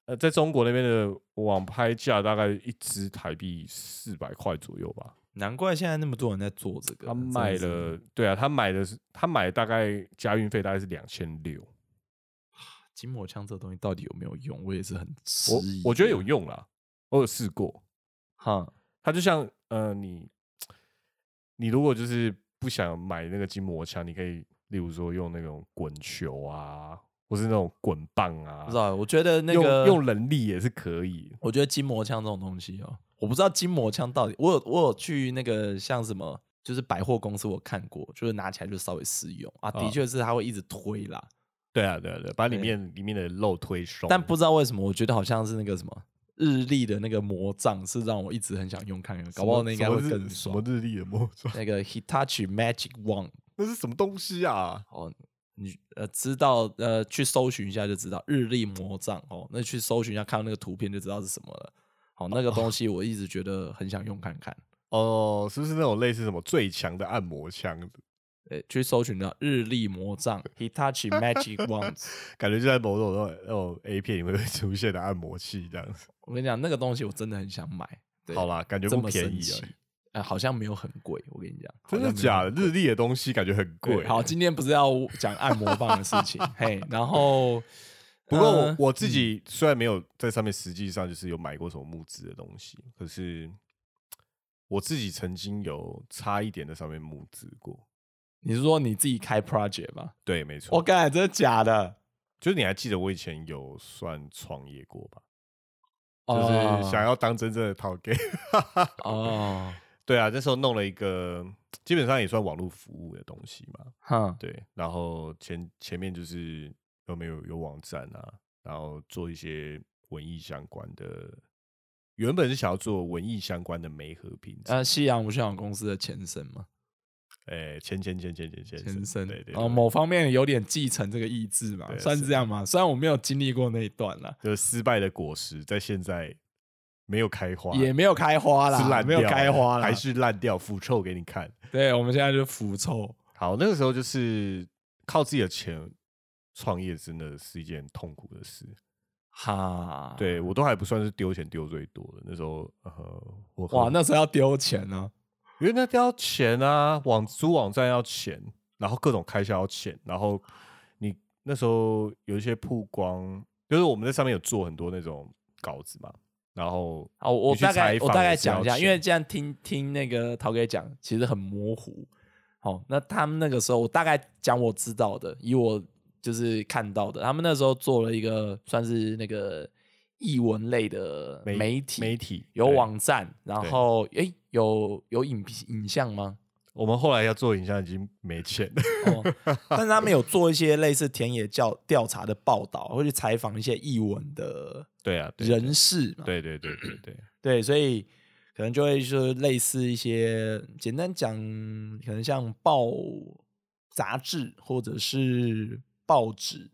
B: 呃，在中国那边的网拍价大概一支台币四百块左右吧。
A: 难怪现在那么多人在做这个，
B: 他
A: 啊真的
B: 买
A: 是
B: 了，对啊，他买的是他买大概加运费大概是两千六，
A: 筋膜枪这东西到底有没有用，我也是很迟
B: 我
A: 疑啊
B: 我觉得
A: 的
B: 有用啦，我有试过，
A: 哈，
B: 它就像呃你你如果就是不想买那个筋膜枪，你可以例如说用那种滚球啊，或是那种滚棒啊，
A: 不知道，我觉得那
B: 用
A: 个
B: 用人力也是可以，
A: 我觉得筋膜枪这种东西哦，我不知道筋膜枪到底，我有我有去那个像什么，就是百货公司我看过，就是拿起来就稍微试用啊，的
B: 啊
A: 确是它会一直推啦，
B: 对啊对啊对啊，把里
A: 对
B: 面里面的肉推松，
A: 但不知道为什么，我觉得好像是那个什么日历的那个魔杖是让我一直很想用看看，搞不好那应该会更
B: 什
A: 爽
B: 么。日历的魔装，
A: 那个 Hitachi Magic Wand
B: 那是什么东西 啊？
A: 哦，你呃知道呃去搜寻一下就知道日历魔杖哦，那去搜寻一下看到那个图片就知道是什么了。好、那个东西我一直觉得很想用看看。
B: 哦，是不是那种类似什么最强的按摩枪？
A: 呃，去搜寻到日历 魔杖 Hitachi Magic Wands。
B: 感觉就在某种那种那种 A 片里面会出现的按摩器这样子。
A: 我跟你讲，那个东西我真的很想买。对
B: 好，啦，感觉
A: 这
B: 不
A: 么
B: 便
A: 神
B: 宜、
A: 奇
B: 欸，，
A: 呃，好像没有很贵。我跟你讲，
B: 真的
A: 好像没有
B: 假的？
A: 很
B: 日历的东西感觉很
A: 贵
B: 贵。
A: 好，，今天不是要讲按摩棒的事 情，嘿，然后
B: 不过我、
A: 呃
B: 我自己虽然没有在上面，实际上就是有买过什么木质的东西，可是我自己曾经有差一点在上面木质过。
A: 你是说你自己开 project 吧？
B: 对，没错。
A: 我干，真的假的？
B: 就是你还记得我以前有算创业过吧？
A: 哦
B: 就是想要当真正的淘 gay。
A: 哦，
B: 对啊，那时候弄了一个，基本上也算网络服务的东西嘛。
A: 哼，
B: 对，然后前前面就是有没有有网站啊，然后做一些文艺相关的，原本是想要做文艺相关的媒合品质，哎、
A: 呃，西洋无线网公司的前身嘛，
B: 前前前前前前
A: 呃前身，
B: 对对
A: 然后
B: 对
A: 某方面有点继承这个意志嘛，
B: 对
A: 算是
B: 是
A: 这样嘛。虽然我没有经历过那一段啦，
B: 就是失败的果实，在现在没有开花，
A: 也没有开花
B: 是
A: 啦，
B: 烂
A: 没有
B: 掉
A: 开
B: 了
A: 花啦，
B: 还是烂掉，腐臭给你看。
A: 对，我们现在就腐臭。
B: 好，那个时候就是靠自己的钱创业，真的是一件痛苦的事。
A: 哈，，
B: 对我都还不算是丢钱丢最多的，那时候呃，我可能
A: 哇，那时候要丢钱哦呢、
B: 因为那都要钱啊，网租网站要钱，然后各种开销要钱，然后你那时候有一些曝光，就是我们在上面有做很多那种稿子嘛，然后
A: 哦，我
B: 你去
A: 大概
B: 采
A: 我
B: 访
A: 大概
B: 也是
A: 讲
B: 要
A: 一下，
B: 钱
A: 因为这样听听那个陶哥讲，其实很模糊。哦，那他们那个时候，我大概讲我知道的，以我就是看到的，他们那时候做了一个算是那个译文类的
B: 媒
A: 媒体，
B: 媒体
A: 有，
B: 对
A: 网站，然
B: 对
A: 后诶有有影影 像吗？
B: 我们后来要做影像已经没钱了，
A: 哦，但是他们有做一些类似田野调调查的报道，会去采访一些译文的
B: 对啊，对
A: 人士嘛，
B: 对对啊对对对，
A: 对所以可能就会说类似一些简单讲，可能像报杂志或者是报纸，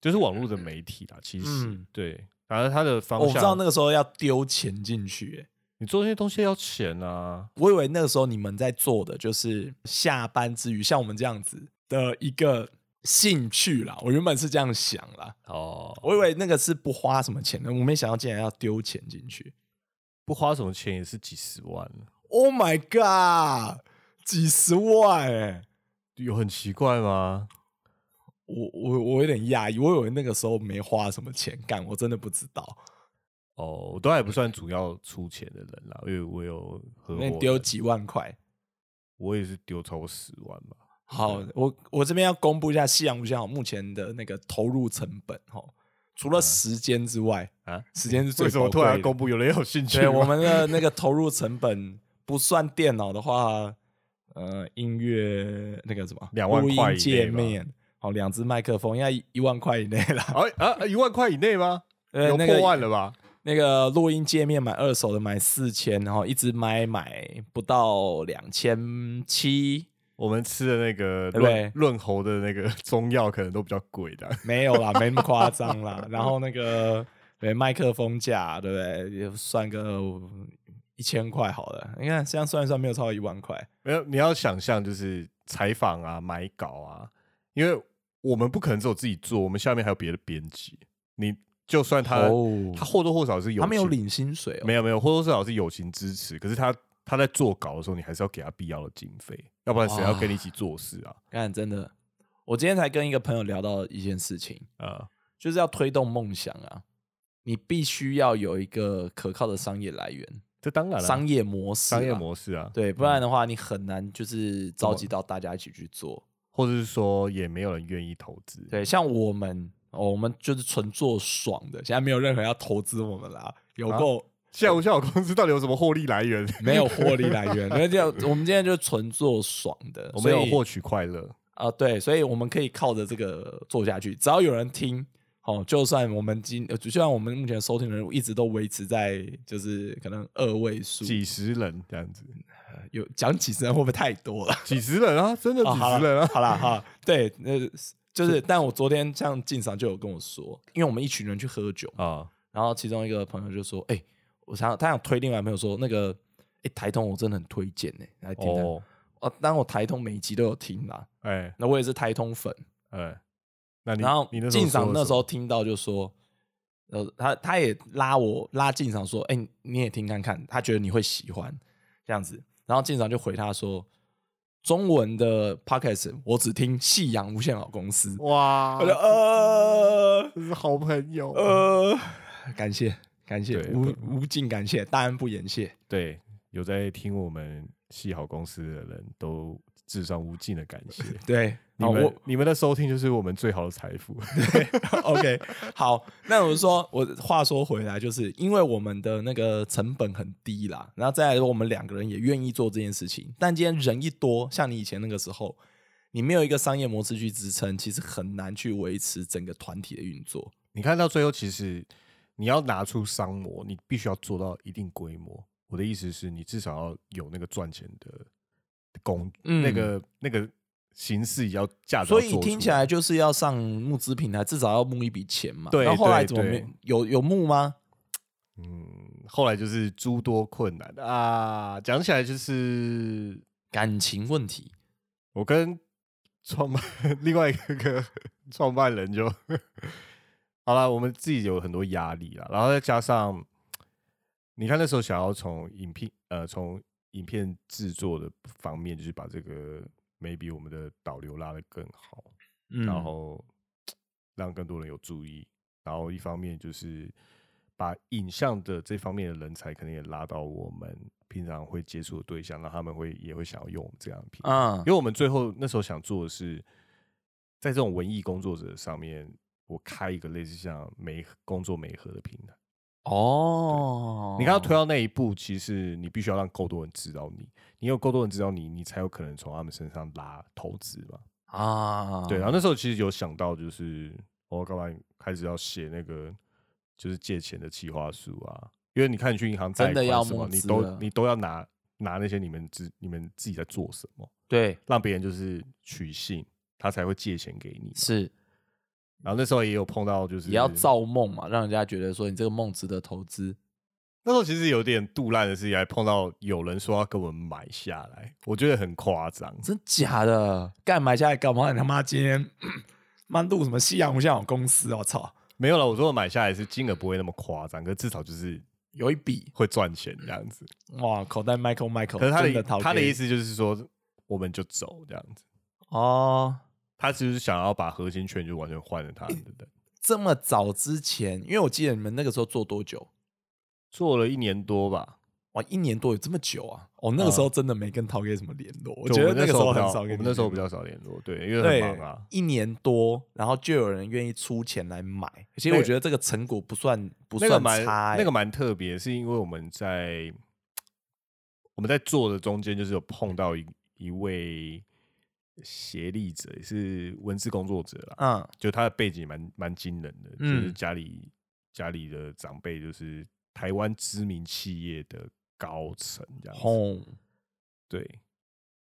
B: 就是网络的媒体啦，其实
A: 嗯
B: 对，反正它的方
A: 哦我不知道
B: 向
A: 那个时候要丢钱进去、欸
B: 你做那些东西要钱啊，
A: 我以为那个时候你们在做的就是下班之余，像我们这样子的一个兴趣啦。我原本是这样想啦，
B: 哦，
A: 我以为那个是不花什么钱的，我没想到竟然要丢钱进去。
B: 不花什么钱也是几十万，
A: Oh my god，几十万哎、
B: 有很奇怪吗？
A: 我我我有点讶异，我以为那个时候没花什么钱干，我真的不知道。
B: 哦，我都还不算主要出钱的人啦，因为我有合
A: 那
B: 伙
A: 你丢
B: 人
A: 几万块？
B: 我也是丢超过十万吧。
A: 好，我我这边要公布一下夕阳无限好目前的那个投入成本哦，除了时间之外，
B: 啊，
A: 时间是
B: 嗯
A: 最
B: 为什么
A: 宝
B: 突然
A: 贵
B: 要
A: 的
B: 公布？有人有兴趣
A: 对
B: 吗？
A: 我们的那个投入成本不算电脑的话，呃，音乐那个什么
B: 两万
A: 录音
B: 块以内
A: 界
B: 吧
A: 面，好，两只麦克风应该一一万块以内啦。
B: 哎啊，一万块以内吗？
A: 呃
B: 有
A: 那个
B: 破万了吧？
A: 那个录音界面买二手的买四千，然后一只麦买不到两千七，
B: 我们吃的那个
A: 对不对
B: 润润喉的那个 中药，可能都比较贵的。
A: 没有啦，没那么夸张啦。然后那个对麦克风架，对不对？也算个一千块好了。你看这样算一算，没有超过一万块。
B: 没有，你要想象就是采访啊、买稿啊，因为我们不可能只有自己做，我们下面还有别的编辑。你就算他、
A: 哦
B: 他或多或少是有
A: 他没有
B: 情
A: 领薪水哦，
B: 没有没有，或多或少是友情支持，可是他他在做稿的时候，你还是要给他必要的经费，要不然谁要跟你一起做事啊？
A: 干真的，我今天才跟一个朋友聊到一件事情，
B: 啊、
A: 就是要推动梦想啊，你必须要有一个可靠的商业来源、
B: 这当然了，
A: 商业模式啊、
B: 商业模式啊，
A: 对，不然的话你很难就是召集到大家一起去做。
B: 或者是说也没有人愿意投资，
A: 对，像我们、哦，我们就是纯做爽的，现在没有任何人要投资我们啦，有
B: 啊
A: 够、
B: 现在我现在我公司到底有什么获利来源？
A: 没有获利来源，那 就我们今天就纯做爽的，
B: 我们有
A: 所以
B: 获取快乐，
A: 啊、对，所以我们可以靠着这个做下去，只要有人听，哦，就算我们今，呃就算我们目前收听人数一直都维持在就是可能二位数，
B: 几十人这样子，
A: 有讲几十人会不会太多了？
B: 几十人啊，真的几
A: 哦好
B: 十人啊，
A: 好啦，哈， 对，那就是，但我昨天像进赏就有跟我说，因为我们一群人去喝酒，
B: 啊，
A: 然后其中一个朋友就说，哎、我想他想推另外一个朋友说那个，哎、台通我真的很推荐呢、来听、哦，
B: 哦，
A: 哦，当然我台通每一集都有听啦，
B: 哎
A: 那我也是台通粉。
B: 哎，那你
A: 然后
B: 你那
A: 进赏
B: 说了
A: 那
B: 什
A: 时
B: 么
A: 候听到就说，呃，他他也拉我拉进赏说，哎、你也听看看，他觉得你会喜欢这样子。然后进赏就回他说，中文的 podcast 我只听夕阳无限好公司。
B: 哇
A: 我，就呃
B: 这是好朋友，啊
A: 呃，感谢感谢
B: 对
A: 无无尽感谢，大恩不言谢。
B: 对，有在听我们戏好公司的人都致上无尽的感 谢。
A: 对，
B: 你
A: 好
B: 们、
A: 我
B: 你们的收听就是我们最好的财富。
A: OK，好，那我就说，我话说回来，就是因为我们的那个成本很低啦，然后再来我们两个人也愿意做这件事情，但今天人一多，像你以前那个时候，你没有一个商业模式去支撑，其实很难去维持整个团体的运作。
B: 你看到最后，其实你要拿出商模，你必须要做到一定规模。我的意思是你至少要有那个赚钱的工，
A: 嗯
B: 那个那个形式也要价值要
A: 所
B: 做出。
A: 以听起来就是要上募资平台，至少要募一笔钱嘛。
B: 对
A: 然后后来
B: 对
A: 怎么没
B: 对
A: 有有募吗？
B: 嗯，后来就是诸多困难啊。讲起来就是
A: 感情问题，
B: 我跟创办 另外一个 创办人就好了，我们自己有很多压力啦，然后再加上你看那时候想要从影片呃从影片制作的方面，就是把这个 maybe 我们的导流拉得更好，
A: 嗯
B: 然后让更多人有注意，然后一方面就是把影像的这方面的人才，可能也拉到我们平常会接触的对象，让他们会也会想要用我们这样的平台。
A: 啊
B: 因为我们最后那时候想做的是，在这种文艺工作者上面，我开一个类似像媒工作媒合的平台。
A: 哦，
B: 你刚刚推到那一步，其实你必须要让够多人知道你，你有够多人知道你，你才有可能从他们身上拉投资嘛。
A: 啊，
B: 对，然后那时候其实有想到，就是我刚才开始要写那个就是借钱的企划书啊，因为你看你去银行贷
A: 真的
B: 款
A: 要
B: 什么，
A: 募
B: 你
A: 资
B: 都
A: 了
B: 你都要拿拿那些你们自你们自己在做什么，
A: 对
B: 让别人就是取信，他才会借钱给你。
A: 是。
B: 然后那时候也有碰到，就是
A: 也要造梦嘛，让人家觉得说你这个梦值得投资。
B: 那时候其实有点杜烂的事情，还碰到有人说要跟我们买下来，我觉得很夸张。
A: 真假的？干买下来干嘛？你他妈今天妈录什么夕阳无限好公司哦？我操，
B: 没有了，我说我买下来是金额不会那么夸张，可是至少就是
A: 有一笔
B: 会赚钱这样子。
A: 哇，口袋 Michael Michael，
B: 可是他
A: 真
B: 哦的
A: 的逃
B: 他的
A: 给
B: 意思就是说，我们就走这样子。
A: 哦，
B: 他只是想要把核心圈就完全换了他的人，
A: 这么早之前，因为我记得你们那个时候做多久？
B: 做了一年多吧。
A: 哇，一年多有这么久啊！哦，那个时候真的没跟陶给什么联络，我
B: 就
A: 觉得
B: 们
A: 那个时候
B: 比
A: 很
B: 较
A: 少
B: 我
A: 跟
B: 们
A: 你
B: 那时候比
A: 联
B: 较少联络，对，因为
A: 对
B: 很忙啊。
A: 一年多，然后就有人愿意出钱来买。其
B: 那
A: 实我
B: 个
A: 觉得这个成果不算不
B: 那个
A: 算
B: 蛮
A: 差、欸，
B: 那个蛮特别，是因为我们在我们在做的中间，就是有碰到一一位协力者，也是文字工作者啦，
A: 嗯
B: 就他的背景蛮蛮惊人的，就
A: 嗯
B: 是家里家里的长辈就是台湾知名企业的高层这样子，
A: 轰
B: 对，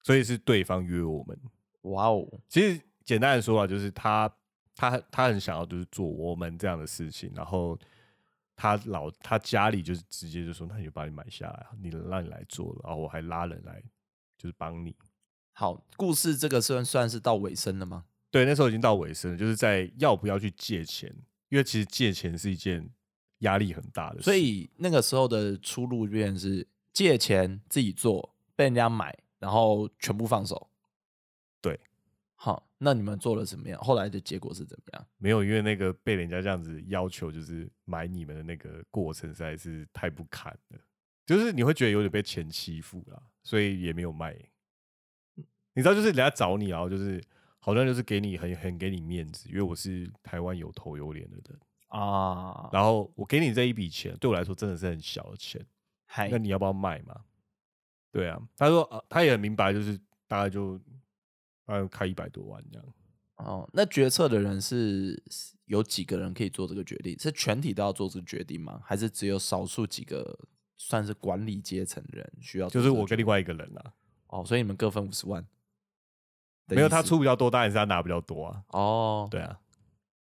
B: 所以是对方约我们，
A: 哇哦，
B: 其实简单的说啊，就是他他他很想要就是做我们这样的事情，然后他老他家里就是直接就说，那你就把你买下来，啊你让你来做了，然后我还拉人来就是帮你。
A: 好，故事这个算算是到尾声了吗？
B: 对，那时候已经到尾声了，就是在要不要去借钱，因为其实借钱是一件压力很大的事，
A: 所以那个时候的出路便是借钱自己做，被人家买，然后全部放手。
B: 对，
A: 好，那你们做了怎么样？后来的结果是怎么样？
B: 没有因为那个被人家这样子要求，就是买你们的那个过程实在是太不堪了，就是你会觉得有点被钱欺负啦，所以也没有卖。你知道，就是人家找你，然后就是好像就是给你很很给你面子，因为我是台湾有头有脸的人，
A: 啊，
B: 然后我给你这一笔钱，对我来说真的是很小的钱，
A: 嗨
B: 那，你要不要卖嘛？对啊，他说、啊、他也很明白，就是大概就大概开一百多万这样。
A: 哦，那决策的人是有几个人可以做这个决定？是全体都要做这个决定吗？还是只有少数几个算是管理阶层的人需要
B: 就
A: 做
B: 是
A: 这个
B: 我
A: 决
B: 跟
A: 定？
B: 另外一个人啦，
A: 哦，所以你们各分五十万的意思？
B: 没有他出比较多，当然是他拿比较多啊。
A: 哦，
B: 对啊，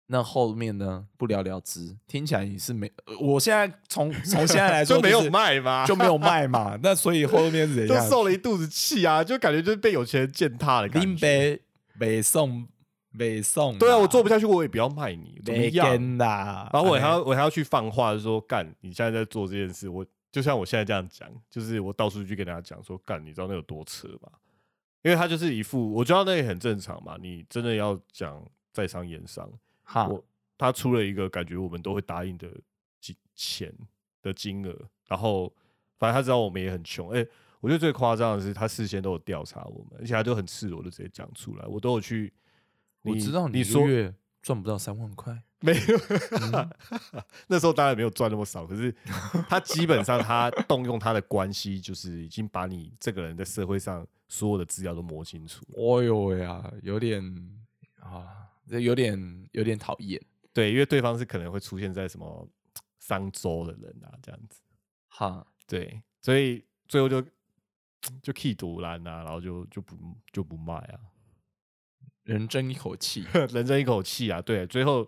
A: 那后面呢？不了了之，听起来也是没。呃我现在从从现在 来说、
B: 就没有
A: 是
B: 卖嘛，
A: 就没有卖嘛。那所以后面是怎
B: 就
A: 样？
B: 受了一肚子气啊，就感觉就是被有钱人践踏了。
A: 林，北北送北送啦，
B: 对啊，我做不下去，我也不要卖你，怎么
A: 没
B: 样？
A: 跟啦。
B: 然后我还
A: 哎
B: 要我还要去放话，就说干，你现在在做这件事，我就像我现在这样讲，就是我到处去跟大家讲说干，你知道那有多扯吗？因为他就是一副，我知道那也很正常嘛，你真的要讲在商言商，
A: 哈
B: 我他出了一个感觉我们都会答应的金钱的金额，然后反正他知道我们也很穷，哎、我觉得最夸张的是他事先都有调查我们，而且他就很赤裸的直接讲出来，我都有去，
A: 我知道
B: 你
A: 一个
B: 说
A: 月赚不到三万块，
B: 没有， 那时候当然没有赚那么少，可是他基本上他动用他的关系，就是已经把你这个人在社会上所有的资料都摸清楚了。
A: 哦呦喂呀，有点啊，这有点有点讨厌。
B: 对，因为对方是可能会出现在什么商周的人啊，这样子。
A: 哈，
B: 对，所以最后就就 key 独蓝啊，然后就就不就不卖啊，
A: 人争一口气，
B: 人争一口气啊。对，最后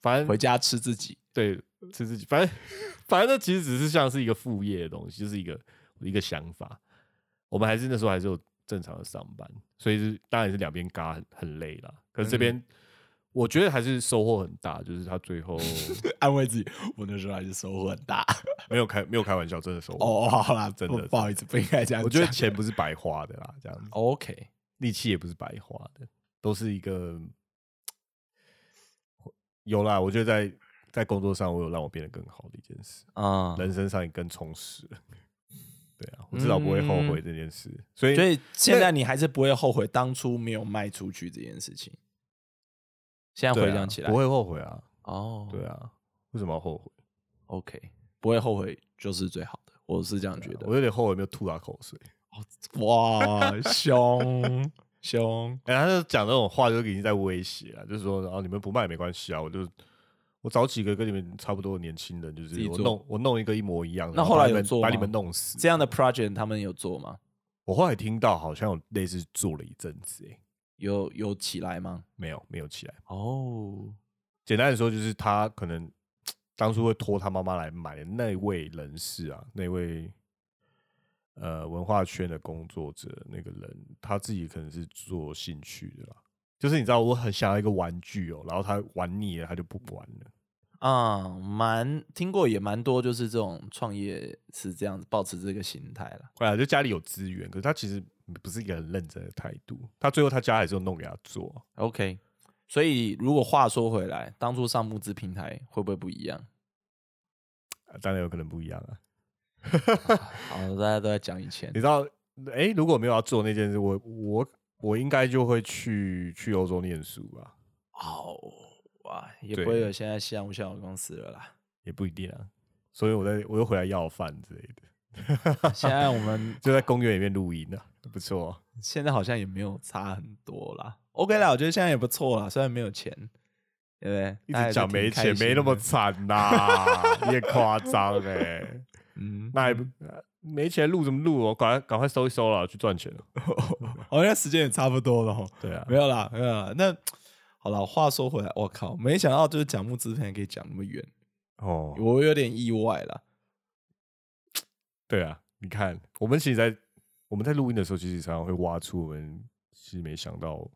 B: 反
A: 回
B: 正
A: 家吃自己。
B: 对是自己，反正反正那其实只是像是一个副业的东西，就是一个一个想法。我们还是那时候还是有正常的上班，所以是当然是两边嘎很很累啦。可是这
A: 嗯
B: 边、我觉得还是收获很大，就是他最 后
A: 安慰自己，我那时候还是收获很大。
B: 没有开没有开玩笑，真的收获。
A: 哦，好啦，
B: 真的
A: 不不好意思，不应该这样讲。
B: 我觉得钱不是白花的啦，这样子。
A: OK，
B: 力气也不是白花的，都是一个有啦。我觉得在在工作上，我有让我变得更好的一件事，
A: 啊、
B: 人生上也更充实了。对啊，我至少不会后悔这件事。所以，
A: 嗯所以现在你还是不会后悔当初没有卖出去这件事情。现在
B: 对啊
A: 回想起来，
B: 不会后悔啊。
A: 哦，
B: 对啊，为什么要后悔？
A: ，OK，不会后悔就是最好的，我是这样觉得。
B: 啊我有点后悔没有吐他口水。
A: 哇，凶凶，
B: 哎、他就讲这种话，就已经在威胁了，就是说，然、哦后你们不卖也没关系啊，我就。我找几个跟你们差不多的年轻人，就
A: 自己
B: 是我
A: 做
B: 弄我弄一个一模一样的，
A: 那
B: 然
A: 后来
B: 把你
A: 有
B: 们
A: 做
B: 把
A: 吗
B: 你们弄死
A: 这样的 project 他们有做吗？
B: 我后来听到好像有类似做了一阵子、欸，
A: 有有起来吗？
B: 没有没有起来。
A: 哦，
B: 简单的说，就是他可能当初会托他妈妈来买的那位人士啊，那位呃文化圈的工作者，那个人他自己可能是做兴趣的啦。就是你知道，我很想要一个玩具哦、然后他玩腻了，他就不玩了。
A: 啊，蛮听过也蛮多，就是这种创业是这样子，保持这个心态啦。
B: 后来就家里有资源，可是他其实不是一个很认真的态度。他最后他家还是有弄给他做啊，
A: OK，所以如果话说回来，当初上募资平台会不会不一样？
B: 啊当然有可能不一样啊。
A: 好，大家都在讲以前
B: 你知道，哎、如果没有要做那件事，我我我应该就会去去欧洲念书吧，
A: 哦，哇，也
B: 对
A: 不会有现在西洋无限好公司了啦。
B: 也不一定啊。所以我在我又回来要饭之类的，
A: 现在我们
B: 就在公园里面录音啊，不错哦、
A: 现在好像也没有差很多啦。OK 啦，我觉得现在也不错啦，虽然没有钱，对不对？
B: 一
A: 大家也
B: 直
A: 是
B: 讲没
A: 挺开
B: 钱，
A: 心
B: 没那么
A: 的
B: 惨呐、你也夸 张哎。
A: 嗯，
B: 那还不呃没钱录什么录哦？赶快赶快收一收了，去赚钱了。
A: 好像时间也差不多了哦。
B: 对啊
A: 没，有啦，没有啦。那好了，话说回来，我靠，没想到就是讲募资平台可以讲那么远，
B: 哦，
A: 我有点意外啦。
B: 对啊，你看，我们其实在我们在录音的时候，其实常常会挖出我们其实没想到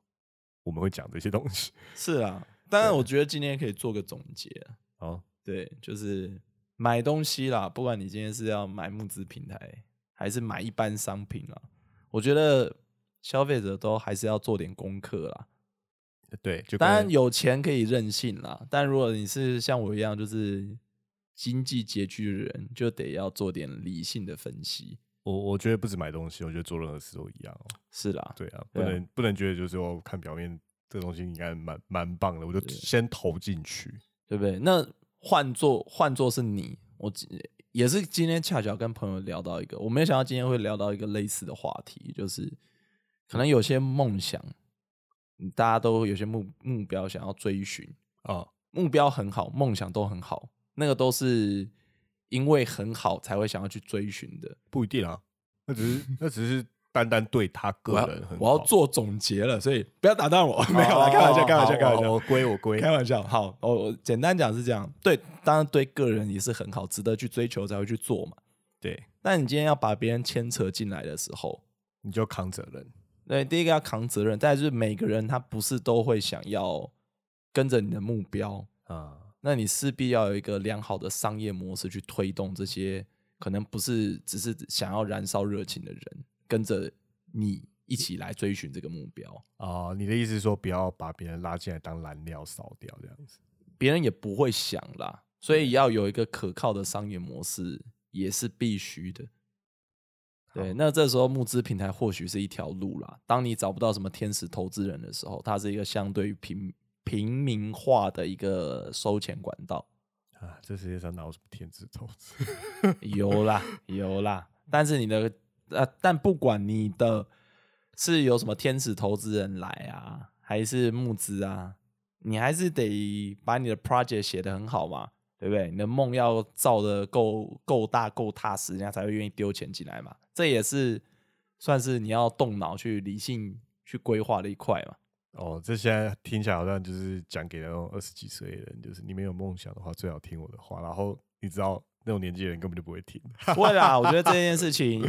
B: 我们会讲这些东西。
A: 是啊，当然我觉得今天可以做个总结，
B: 好，
A: 对，就是买东西啦，不管你今天是要买募资平台，还是买一般商品啦，我觉得消费者都还是要做点功课啦。
B: 对，就
A: 当然
B: 跟
A: 有钱可以任性啦，但如果你是像我一样，就是经济拮据的人，就得要做点理性的分析。
B: 我我觉得不止买东西，我觉得做任何事都一样、哦。
A: 是啦，
B: 对啊，不
A: 对啊
B: 能、不能觉得就是我看表面这东西应该蛮蛮棒的，我就先投进去。
A: 对不对？那换做换做是你，我今也是今天恰巧跟朋友聊到一个，我没有想到今天会聊到一个类似的话题，就是可能有些梦想，嗯大家都有些目目标想要追寻，
B: 啊，
A: 目标很好，梦想都很好，那个都是因为很好才会想要去追寻的。
B: 不一定啊，那只 是那只是单单对他个
A: 我要
B: 人很
A: 我 要
B: 好
A: 做总结了，所以不要打断我， 没有
B: 哦
A: 啦，开玩笑，
B: 好
A: 开玩笑，
B: 好
A: 开玩笑，
B: 我归我归
A: 开玩笑。好，我我简单讲是这样，对，当然对个人也是很好，值得去追求才会去做嘛。
B: 对，
A: 但你今天要把别人牵扯进来的时候，
B: 你就扛责任。
A: 对，第一个要扛责任，再来就是每个人他不是都会想要跟着你的目标，
B: 啊，
A: 那你势必要有一个良好的商业模式去推动这些可能不是只是想要燃烧热情的人跟着你一起来追寻这个目标。
B: 哦，你的意思是说不要把别人拉进来当燃料烧掉这样子？
A: 别人也不会想啦，所以要有一个可靠的商业模式也是必须的。对，那这时候募资平台或许是一条路啦。当你找不到什么天使投资人的时候，它是一个相对于平平民化的一个收钱管道。
B: 啊，这世界上哪有什么天之投资？
A: 有啦，有啦，但是你的呃，但不管你的是有什么天使投资人来啊，还是募资啊，你还是得把你的 project 写得很好嘛，对不对？你的梦要造的够够大、够踏实，人家才会愿意丢钱进来嘛。这也是算是你要动脑去理性去规划的一块嘛。
B: 哦，这现在听起来好像就是讲给那种二十几岁的人，就是你们有梦想的话，最好听我的话。然后你知道那种年纪的人根本就不会听，
A: 不会啦，我觉得这件事情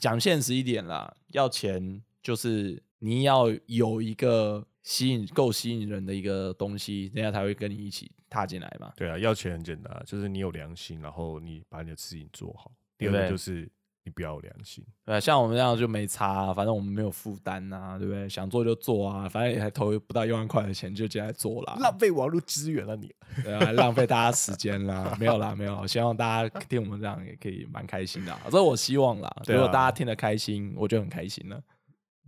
A: 讲现实一点啦，要钱就是你要有一个吸引够吸引人的一个东西，人家才会跟你一起踏进来嘛。
B: 对啊，要钱很简单啊，就是你有良心，然后你把你的事情做好。第
A: 对
B: 二
A: 不
B: 个
A: 对
B: 就是你不要有良心，
A: 对吧，像我们这样就没差啊、反正我们没有负担呐，对不对？想做就做啊，反正也才投不到一万块的钱就进来做啦，
B: 浪费网络资源了你。
A: 对啊，浪费大家时间啦， 没有啦，没有。希望大家听我们这样也可以蛮开心的啊，这我希望啦。
B: 对啊
A: 如果大家听得开心，我就很开心了。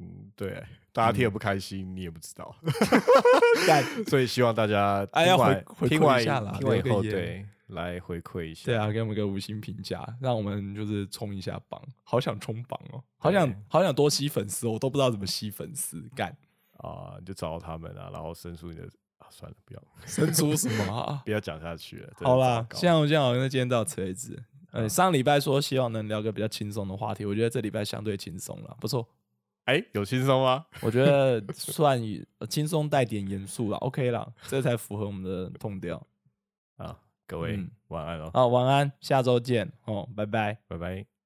B: 嗯，对，大家听得不开心，你也不知道，
A: 干
B: 所以希望大家
A: 哎
B: 听
A: 要
B: 完
A: 回回
B: 听
A: 馈一
B: 完
A: 下啦
B: 听完以
A: 留个
B: 后
A: 言
B: 对来回馈一下。
A: 对啊，给我们个五星评价，让我们就是冲一下榜，好想冲榜哦，好想好想多吸粉丝哦，我都不知道怎么吸粉丝，干
B: 啊，你就找到他们啊，然后申诉你的啊，算了，不要
A: 生出什 么啊？
B: 不要讲下去了。真的
A: 好
B: 糟，
A: 啦
B: 糕
A: 现在我们好，那今天到此为止。呃，上礼拜说希望能聊个比较轻松的话题，我觉得这礼拜相对轻松了，不错，
B: 哎，有轻松吗？
A: 我 觉得算呃轻松带点严肃了，OK 啦，这才符合我们的痛调。
B: 啊，各位、
A: 嗯
B: 晚安喽，
A: 好，晚安，下周见哦，拜拜。
B: 拜拜。